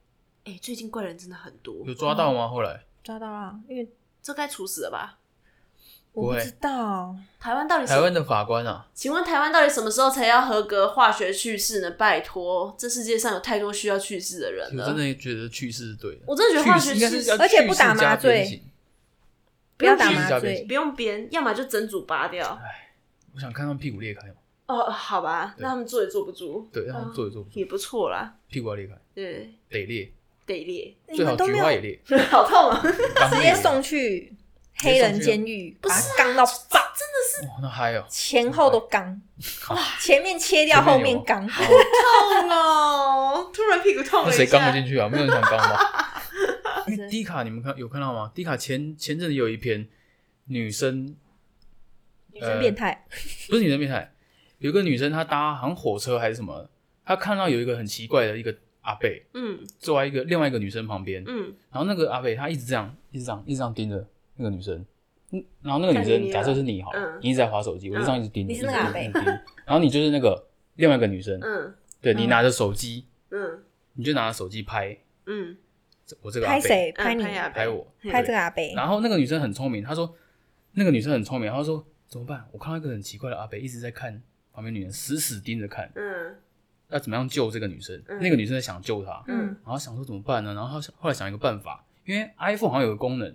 Speaker 2: 哎、最近怪人真的很多
Speaker 3: 有，抓到吗？后来
Speaker 1: 抓到了，因为
Speaker 2: 这该处死了吧？
Speaker 1: 我
Speaker 3: 不
Speaker 1: 不
Speaker 3: 会
Speaker 1: 知道。
Speaker 2: 台湾到底什
Speaker 3: 台湾的法官啊，
Speaker 2: 请问台湾到底什么时候才要合格化学去世呢？拜托，这世界上有太多需要去世的人
Speaker 3: 我
Speaker 2: 了。
Speaker 3: 真的觉得去世是对的。
Speaker 2: 我真的觉得化学
Speaker 3: 去世应该是
Speaker 2: 去世
Speaker 3: 要
Speaker 1: 而且不打
Speaker 3: 去世加
Speaker 1: 麻醉
Speaker 3: 鞭刑
Speaker 1: 不要
Speaker 2: 不用
Speaker 1: 打
Speaker 2: 去
Speaker 1: 麻
Speaker 3: 加
Speaker 1: 醉
Speaker 3: 鞭，
Speaker 2: 不用编，要么就整组拔掉。
Speaker 3: 我想看他们屁股裂开嘛，
Speaker 2: 哦，好吧，
Speaker 3: 哎对
Speaker 2: 那他们坐也坐不住，
Speaker 3: 对，
Speaker 1: 啊
Speaker 3: 让他们坐也坐不住，
Speaker 2: 也不错啦。
Speaker 3: 屁股要裂开，
Speaker 2: 对，
Speaker 3: 得裂，
Speaker 2: 得
Speaker 3: *laughs*
Speaker 2: 裂，
Speaker 1: 你
Speaker 3: 最好
Speaker 1: 们都
Speaker 3: 菊
Speaker 1: 没
Speaker 3: 花
Speaker 1: 有
Speaker 3: 也裂，
Speaker 2: 好痛啊！
Speaker 3: 直
Speaker 1: 直接送去黑人监狱，把
Speaker 3: 啊
Speaker 1: 它刚到爆，
Speaker 3: 哇，那嗨
Speaker 1: *laughs*
Speaker 3: 哦，
Speaker 1: 前后都刚，
Speaker 3: *laughs* 哇
Speaker 1: 前面切掉，后面刚。
Speaker 2: 痛哦， *laughs* 突然屁股痛
Speaker 3: 啊那
Speaker 2: 了
Speaker 3: 谁
Speaker 2: 一
Speaker 3: 刚不
Speaker 2: 下。
Speaker 3: 进去啊？没有人想刚吧？
Speaker 1: *laughs*
Speaker 3: 因为迪卡，你们看有看到吗？迪卡前前阵子有一篇女生，
Speaker 1: 女生变态，
Speaker 3: 不是女生变态，有一个女生她搭好像火车还是什么，她看到有一个很奇怪的一个阿贝
Speaker 2: 嗯
Speaker 3: 坐在一个另外一个女生旁边，
Speaker 2: 嗯，
Speaker 3: 然后那个阿贝他一直这样，一直这样，一直这样盯着那个女生。嗯，然后那个女
Speaker 2: 看你
Speaker 3: 生
Speaker 2: 了
Speaker 3: 假设是你好了，
Speaker 2: 嗯
Speaker 3: 你一直在划手机，我就这样一直盯着。
Speaker 1: 嗯你是那个
Speaker 3: 一直盯着一直盯着然后你就是那个另外一个女生，
Speaker 2: 嗯
Speaker 3: 对你
Speaker 1: 嗯
Speaker 3: 拿着手机，
Speaker 2: 嗯
Speaker 3: 你就拿着手机拍
Speaker 2: 嗯，
Speaker 3: 这我呃这个阿
Speaker 1: 拍
Speaker 3: 贝，
Speaker 1: 谁？啊
Speaker 2: 嗯
Speaker 1: 拍嗯你？
Speaker 2: 呀
Speaker 3: 拍我，
Speaker 1: 拍这个阿
Speaker 3: 对
Speaker 1: 北？
Speaker 3: 然后那个女生很聪明，她说那个女生很聪明，她说怎么办？我看到一个很奇怪的阿北一直在看旁边女人，死死盯着看，
Speaker 2: 嗯
Speaker 3: 要怎么样救这个女生？
Speaker 2: 嗯
Speaker 3: 那个女生在想救她，
Speaker 1: 嗯
Speaker 2: 嗯，
Speaker 3: 然后想说怎么办呢？然后她想后来想一个办法，因为 iPhone 好像有个功能，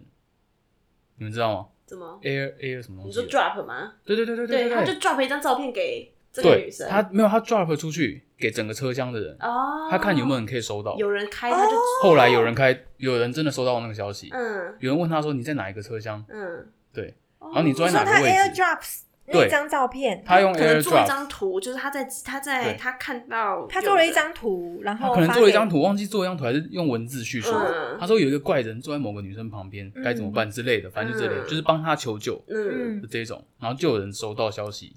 Speaker 3: 你们知道吗？
Speaker 2: 怎么？
Speaker 3: Air Air 什么东
Speaker 2: 你
Speaker 3: 西
Speaker 2: 说
Speaker 3: 的？
Speaker 2: drop 吗？
Speaker 3: 对对对对
Speaker 2: 对，
Speaker 3: 对
Speaker 2: 他就
Speaker 3: 对，
Speaker 2: drop 一张照片给这个女
Speaker 3: 对，
Speaker 2: 生。
Speaker 3: 他没有他 drop 出去给整个车厢的人，
Speaker 2: 哦，
Speaker 3: 他看有没哦有人可以收到。
Speaker 2: 有人开，他就
Speaker 3: 后来有人开，有人真的收到那个消息，
Speaker 2: 嗯
Speaker 3: 有人问他说你在哪一个车厢？
Speaker 2: 嗯。
Speaker 3: 对，
Speaker 2: 然
Speaker 3: 然后你坐
Speaker 1: 你
Speaker 3: 在
Speaker 1: 说
Speaker 3: 哪
Speaker 1: 他
Speaker 3: 个
Speaker 1: Air
Speaker 3: 位置？
Speaker 1: Drops
Speaker 3: 对
Speaker 1: 那张照片，
Speaker 3: 他用
Speaker 2: 哦可能
Speaker 3: Air
Speaker 2: 做一
Speaker 3: Drop，
Speaker 2: 张图，就是他在他在
Speaker 3: 对
Speaker 2: 他看到
Speaker 1: 他
Speaker 2: 有
Speaker 1: 做了一
Speaker 2: 人，
Speaker 1: 张图，然
Speaker 3: 他
Speaker 1: 后
Speaker 3: 可能
Speaker 1: 发
Speaker 3: 做了一
Speaker 1: 给
Speaker 3: 张图，忘记做一张图还是用文字叙述
Speaker 2: 嗯。
Speaker 3: 他说有一个怪人坐在某个女生旁边，该怎么办之类的，反正就这类
Speaker 2: 嗯
Speaker 3: 的，就是帮他求救
Speaker 2: 嗯，
Speaker 1: 嗯，
Speaker 3: 就这种，然后就有人收到消息，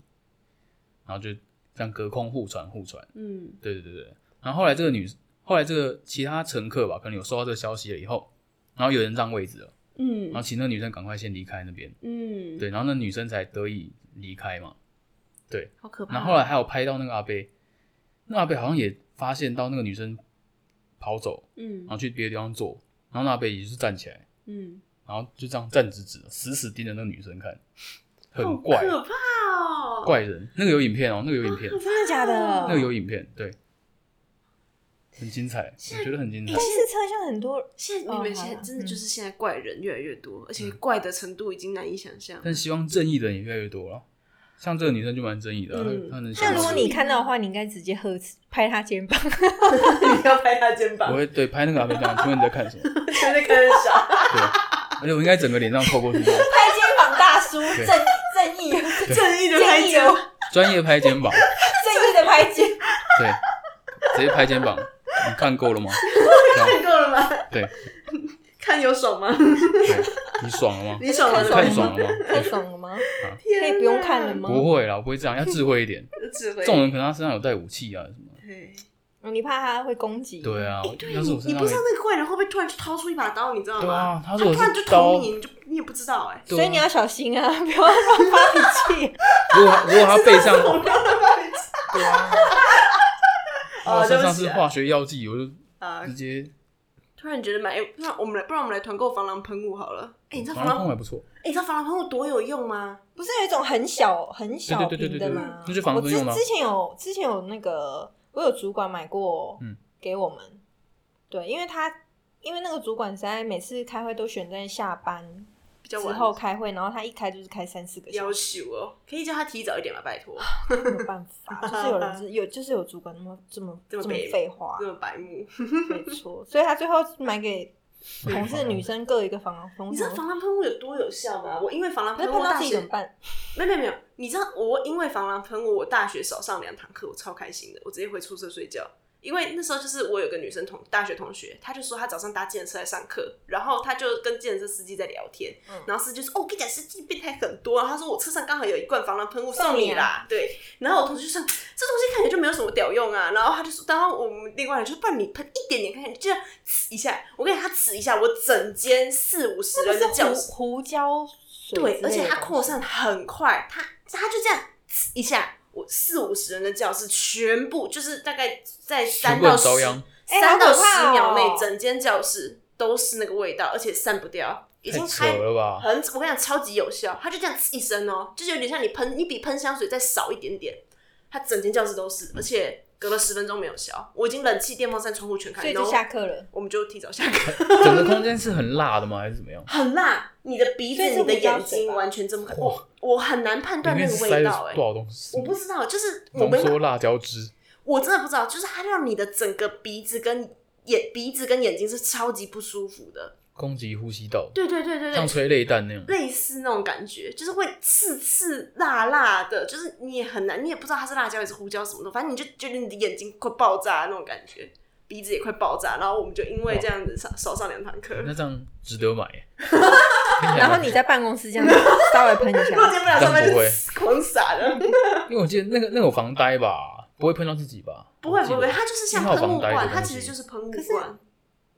Speaker 3: 然后就这样隔空互传互传。
Speaker 2: 嗯
Speaker 3: 对对对对。然后后来这个女，后来这个其他乘客吧，可能有收到这个消息了以后，然后有人让位置了，然后
Speaker 2: 嗯
Speaker 3: 请那个女生赶快先离开那边。
Speaker 2: 嗯，，
Speaker 3: 对，然后那女生才得以离开嘛。
Speaker 2: 好可怕。哦
Speaker 3: 然后后来还有拍到那个阿贝，那阿贝好像也发现到那个女生跑走，
Speaker 2: 嗯
Speaker 3: 然后去别的地方坐，然后那阿贝也就是站起来，
Speaker 2: 嗯，
Speaker 3: 然后就这样站直直的，死死盯着那个女生看，
Speaker 2: 好
Speaker 3: 很怪
Speaker 2: 可怕哦，
Speaker 3: 怪人。那个有影片哦，那个有影片，
Speaker 1: 真的假的？
Speaker 3: 那个有影片，对，很精彩，我觉得很精彩
Speaker 1: 但。是车厢很多，
Speaker 2: 现在
Speaker 1: 哦
Speaker 2: 你们
Speaker 1: 好
Speaker 2: 现在
Speaker 1: 了
Speaker 2: 真的
Speaker 1: 嗯
Speaker 2: 就是现在怪人越来越多，而且怪的程度已经难以想象。
Speaker 3: 嗯但希望正义的人也越来越多了。像这个女生就蛮正义的啊，
Speaker 2: 嗯
Speaker 3: 她她能想
Speaker 1: 那如
Speaker 3: 到
Speaker 1: 果你看到的话，你应该直接呵斥，拍他肩膀。
Speaker 2: 你要拍他肩
Speaker 3: 我，会对拍那个阿贝讲，请问你在看什么？
Speaker 2: 现在开始
Speaker 3: *laughs*
Speaker 2: 傻。
Speaker 3: 对，啊而且我应该整个脸上扣过
Speaker 1: *laughs*
Speaker 3: 去，
Speaker 1: 拍肩膀大叔，正
Speaker 3: 对
Speaker 1: 正
Speaker 3: *laughs*
Speaker 1: 义
Speaker 2: 正义的拍肩膀，
Speaker 3: 专业拍肩膀，
Speaker 1: 正义的拍肩，
Speaker 3: 对，直接拍肩膀，你看够了吗？
Speaker 2: 看够了吗？
Speaker 3: *laughs* 对，
Speaker 2: *laughs* 看有爽吗？
Speaker 3: 对，你爽了吗？
Speaker 2: 你爽了吗？
Speaker 3: 太爽了吗？
Speaker 1: 太爽了吗？
Speaker 2: 天
Speaker 1: 可
Speaker 2: 哪
Speaker 1: 以不用看了吗？
Speaker 3: 不会啦，我不会这样，要智慧一点。
Speaker 2: 智慧
Speaker 3: 这。种人可能他身上有带武器啊什么的。
Speaker 2: 对，
Speaker 1: 嗯你怕他会攻击？
Speaker 3: 对啊，
Speaker 2: 对
Speaker 3: 要是
Speaker 2: 你
Speaker 3: 我身
Speaker 2: 你
Speaker 3: 上
Speaker 2: 不
Speaker 3: 有
Speaker 2: 知道那个怪人会不会突然就掏出一把刀，你知道吗？
Speaker 3: 对啊他
Speaker 2: 他
Speaker 3: 如果
Speaker 2: 突然
Speaker 3: 是
Speaker 2: 就
Speaker 3: 刀
Speaker 2: 捅你，你就你也不知道哎。
Speaker 3: 对啊
Speaker 1: 所以你要小心啊， *laughs* 不要乱发脾气。
Speaker 3: 如果如果他背
Speaker 2: *laughs*
Speaker 3: 上，哦对啊，如
Speaker 2: 哦
Speaker 3: 果身
Speaker 2: 对
Speaker 3: 上
Speaker 2: 不起
Speaker 3: 是
Speaker 2: 啊
Speaker 3: 化学药剂，我就
Speaker 2: 啊
Speaker 3: 直，接
Speaker 2: 突然觉得买，不然我们来，不然我们来团购防狼喷雾好了。哎，你知道
Speaker 3: 防
Speaker 2: 防狼，
Speaker 3: 狼喷雾
Speaker 2: 哎，
Speaker 3: 还不错，
Speaker 2: 你知道防狼喷雾多有用吗？
Speaker 1: 不是有一种很小很小
Speaker 3: 对对
Speaker 1: 瓶
Speaker 3: 对
Speaker 1: 的
Speaker 3: 对对
Speaker 1: 吗
Speaker 3: 对？那就防
Speaker 1: 我
Speaker 3: 蚊
Speaker 1: 之
Speaker 3: 用的啊
Speaker 1: 之前有之前有那个，我有主管买过，
Speaker 3: 嗯，
Speaker 1: 给我们。对，因为他因为那个主管实在每次开会都选在下班
Speaker 2: 比较
Speaker 1: 之
Speaker 2: 晚
Speaker 1: 后开会，然后他一开就是开三四个小
Speaker 2: 要
Speaker 1: 时，
Speaker 2: 求哦，可以叫他提早一点吗？拜托，
Speaker 1: 没有办
Speaker 2: *laughs*
Speaker 1: 法，就是有人是有就是有主管那么这么
Speaker 2: 这么
Speaker 1: 么
Speaker 2: 北
Speaker 1: 废话
Speaker 2: 这，么
Speaker 1: *laughs*
Speaker 2: 白目。
Speaker 1: 没错，所以他最后买给同事的女生各一个防风
Speaker 2: 你知道
Speaker 1: 扇，
Speaker 2: 防狼喷雾有多有效吗？我因为防狼
Speaker 1: 可
Speaker 2: 喷
Speaker 1: 是
Speaker 2: 雾，
Speaker 1: 碰到
Speaker 2: 大
Speaker 1: 自己
Speaker 2: 学
Speaker 1: 怎么办？
Speaker 2: 没有没有没有，你知道我因为防狼喷雾，我大学少上两堂课，我超开心的，我直接回宿舍睡觉。因为那时候就是我有个女生同大学同学，她就说她早上搭计程车来上课，然后她就跟计程车司机在聊天，
Speaker 1: 嗯
Speaker 2: 然后司机就说：“哦，我跟你讲，司机变态很多。”然啊后她说：“我车上刚好有一罐防狼喷雾送
Speaker 1: 送你
Speaker 2: 你
Speaker 1: 啊
Speaker 2: 啦。”对，然后我同学就说：“这东西看起来就没有什么屌用啊。”然后他就说：“然后我们另外人就说：‘不然你喷一点点看看，你就这样呲一下。’我跟你讲，他呲一下，我整间四五十
Speaker 1: 那
Speaker 2: 人的
Speaker 1: 不是
Speaker 2: 教
Speaker 1: 胡
Speaker 2: 室
Speaker 1: 胡椒水之类
Speaker 2: 对，
Speaker 1: 的
Speaker 2: 而
Speaker 1: 东西，
Speaker 2: 且它扩散很快，它它就这样呲一下，我四五十人的教室全部就是大概在三
Speaker 3: 全部人
Speaker 2: 到十
Speaker 3: 遭殃，
Speaker 1: 哎
Speaker 2: 三
Speaker 1: 好
Speaker 2: 到
Speaker 1: 可
Speaker 2: 十
Speaker 1: 怕
Speaker 2: 秒
Speaker 1: 哦
Speaker 2: 内，整间教室都是那个味道，而且散不掉，已
Speaker 3: 太
Speaker 2: 经
Speaker 3: 扯
Speaker 2: 开
Speaker 3: 了吧？
Speaker 2: *laughs* 很，我跟你讲超级有效，它就这样呲一声哦，就是有点像你喷，你比喷香水再少一点点，它整间教室都是，而且隔了十分钟没有消，我已经冷气、电风扇、窗户全开，
Speaker 1: 所以
Speaker 2: 然
Speaker 1: 就
Speaker 2: 后
Speaker 1: 下课了。
Speaker 2: 我们就提早下课。
Speaker 3: 整个空间是很辣的吗？还是怎么样？
Speaker 2: 很辣，你的鼻子、
Speaker 1: 所以是
Speaker 2: 你的
Speaker 1: 胡椒
Speaker 2: 眼睛
Speaker 1: 水吧
Speaker 2: 完全睁不开，
Speaker 3: 哇
Speaker 2: 我我很难判
Speaker 3: 里
Speaker 2: 断那
Speaker 3: 面
Speaker 2: 个
Speaker 3: 塞
Speaker 2: 味
Speaker 3: 了
Speaker 2: 道、哎
Speaker 3: 多，少东西？
Speaker 2: 我不知道，就是我
Speaker 3: 浓
Speaker 2: 没
Speaker 3: 缩
Speaker 2: 有，
Speaker 3: 辣椒汁，
Speaker 2: 我真的不知道，就是它让你的整个鼻子跟眼鼻子跟眼睛是超级不舒服的，
Speaker 3: 攻击呼吸道，
Speaker 2: 对对对对
Speaker 3: 像
Speaker 2: 对，
Speaker 3: 催泪弹那样。
Speaker 2: 类似那种感觉，就是会刺刺辣辣的，就是你也很难，你也不知道它是辣椒还是胡椒什么的，反正你就觉得你的眼睛快爆炸那种感觉。鼻子也快爆炸，然后我们就因为这样子少少上两堂课，
Speaker 3: 那这样值得买
Speaker 2: *laughs*
Speaker 3: 耶。
Speaker 1: 然
Speaker 2: 啊
Speaker 1: 后你在办公室这样稍微喷一
Speaker 2: 如果 *laughs*
Speaker 1: 下，
Speaker 2: 今天不来上班就
Speaker 3: 这样不会
Speaker 2: 狂撒的。
Speaker 3: 因为我记得那个那个有防呆吧，不会喷到自己吧？
Speaker 2: 不会
Speaker 3: 我记
Speaker 2: 不
Speaker 3: 得
Speaker 2: 会，它就是像
Speaker 3: 一号
Speaker 2: 喷雾
Speaker 3: 房呆
Speaker 2: 罐，
Speaker 3: 的
Speaker 2: 它
Speaker 3: 东
Speaker 2: 其实
Speaker 3: 西
Speaker 2: 就是喷雾
Speaker 1: 可是
Speaker 2: 罐，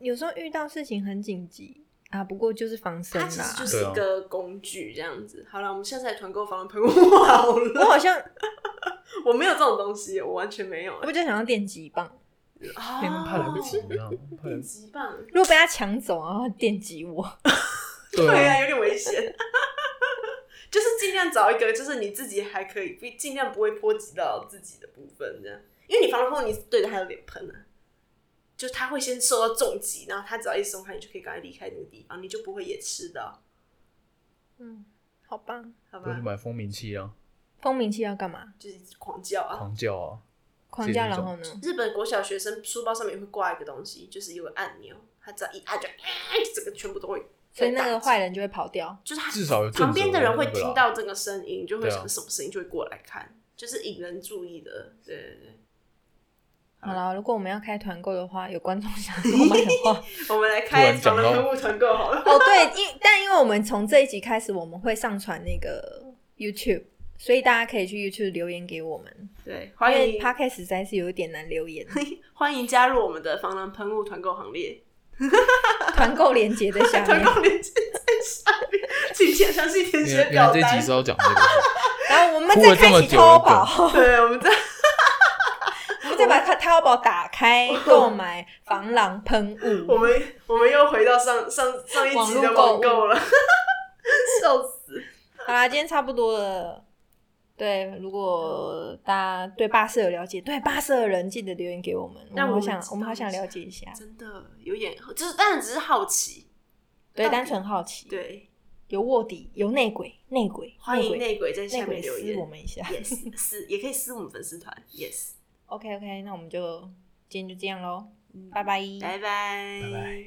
Speaker 1: 有时候遇到事情很紧急啊，不过就是防身
Speaker 2: 它其
Speaker 1: 啦
Speaker 2: 实。就是
Speaker 3: 对啊
Speaker 2: 一个工具这样子。好了，我们下次来团购防喷雾好
Speaker 1: 我
Speaker 2: 了。
Speaker 3: *laughs*
Speaker 1: 好像
Speaker 2: 我没有这种东西，我完全没有。
Speaker 1: 我就想要电击棒，
Speaker 2: 啊
Speaker 3: 天怕来不
Speaker 2: *laughs*
Speaker 3: 及，你知道吗？怕来
Speaker 2: 电
Speaker 3: 不及
Speaker 2: 击棒，
Speaker 1: 如果被他抢走，然后电击我，
Speaker 2: 对
Speaker 3: 对啊，
Speaker 2: 啊，有点危险。 *laughs* 就是尽量找一个，就是你自己还可以，不尽量不会波及到自己的部分，这样。因为你防喷雾，你对着它有点喷啊，就它会先受到重击，然后它只要一松开，你就可以赶快离开那个地方，你就不会也吃到，
Speaker 1: 嗯，好 *laughs* 棒。
Speaker 2: 好
Speaker 3: 我
Speaker 2: 吧
Speaker 3: 就？买蜂鸣器啊，
Speaker 1: 蜂鸣器要干嘛？
Speaker 2: 就是一直狂叫啊，
Speaker 3: 狂叫啊，
Speaker 1: 狂叫，
Speaker 3: 这也是一
Speaker 1: 然
Speaker 3: 种
Speaker 1: 后呢？
Speaker 2: 日本国小学生书包上面会挂一个东西，就是有个按钮，他只要一按就，整个全部都会。
Speaker 1: 所以那个坏，人就会跑掉。
Speaker 2: 就是他
Speaker 3: 至少有
Speaker 2: 旁边的人会
Speaker 3: 正
Speaker 2: 听
Speaker 3: 着
Speaker 2: 到这
Speaker 3: 的那个啦。
Speaker 2: 个声音，就会
Speaker 3: 对
Speaker 2: 想
Speaker 3: 啊
Speaker 2: 什么声音，就会过来看，就是引人注意的。对对对，
Speaker 1: 好了，如果我们要开团购的话，有观众
Speaker 2: *laughs*
Speaker 1: 想购买的话，
Speaker 2: 我们来
Speaker 3: 突
Speaker 2: 开
Speaker 3: 然讲
Speaker 2: 防
Speaker 3: 到
Speaker 2: 狼喷雾团购好了。
Speaker 1: *laughs* 哦对，因但因为我们从这一集开始，我们会上传那个 YouTube，所以大家可以去 YouTube 留言给我们，
Speaker 2: *laughs* 对，
Speaker 1: 因
Speaker 2: 欢
Speaker 1: 为
Speaker 2: 迎
Speaker 1: Podcast 实在是有一点难留言，
Speaker 2: 欢迎加入我们的防狼喷雾团购行列，
Speaker 1: 团购链接在下
Speaker 2: *laughs* 团
Speaker 1: 面。
Speaker 2: 购链接在下面，请先详细填
Speaker 3: 原
Speaker 2: 写
Speaker 3: 原来
Speaker 2: 表
Speaker 3: 这
Speaker 2: 单
Speaker 3: 集。是要讲这个，
Speaker 1: 然后我们
Speaker 3: 哭
Speaker 1: 再
Speaker 3: 了这
Speaker 1: 开
Speaker 3: 么
Speaker 1: 启
Speaker 3: 久了
Speaker 1: 淘宝，
Speaker 2: 对，我们在
Speaker 1: 我们再把它淘宝打开，购买防狼喷
Speaker 2: 我
Speaker 1: 雾。
Speaker 2: 们我们又回到上上上一集的网购了， *laughs* 笑死！
Speaker 1: 好啦，今天差不多了。对，如果大家对巴士有了解，对巴士的人记得留言给我们，我
Speaker 2: 让
Speaker 1: 们
Speaker 2: 我
Speaker 1: 好
Speaker 2: 们
Speaker 1: 想
Speaker 2: 知，道
Speaker 1: 我们好
Speaker 2: 一
Speaker 1: 想
Speaker 2: 下
Speaker 1: 了解一下。
Speaker 2: 真的有点，就是当然只是好奇，
Speaker 1: 对，
Speaker 2: 到底
Speaker 1: 单纯好奇。，
Speaker 2: 对，
Speaker 1: 有卧底，有内鬼，内鬼，
Speaker 2: 欢迎
Speaker 1: 内
Speaker 2: 内鬼在
Speaker 1: 内
Speaker 2: 下面
Speaker 1: 鬼
Speaker 2: 留
Speaker 1: 私我
Speaker 2: 言
Speaker 1: 们一 *laughs* 下。
Speaker 2: ，yes，私也可以私我们粉丝团，yes，
Speaker 1: *laughs* OK OK，那我们就今天就这样喽，拜拜。
Speaker 2: 拜拜，
Speaker 3: 拜拜。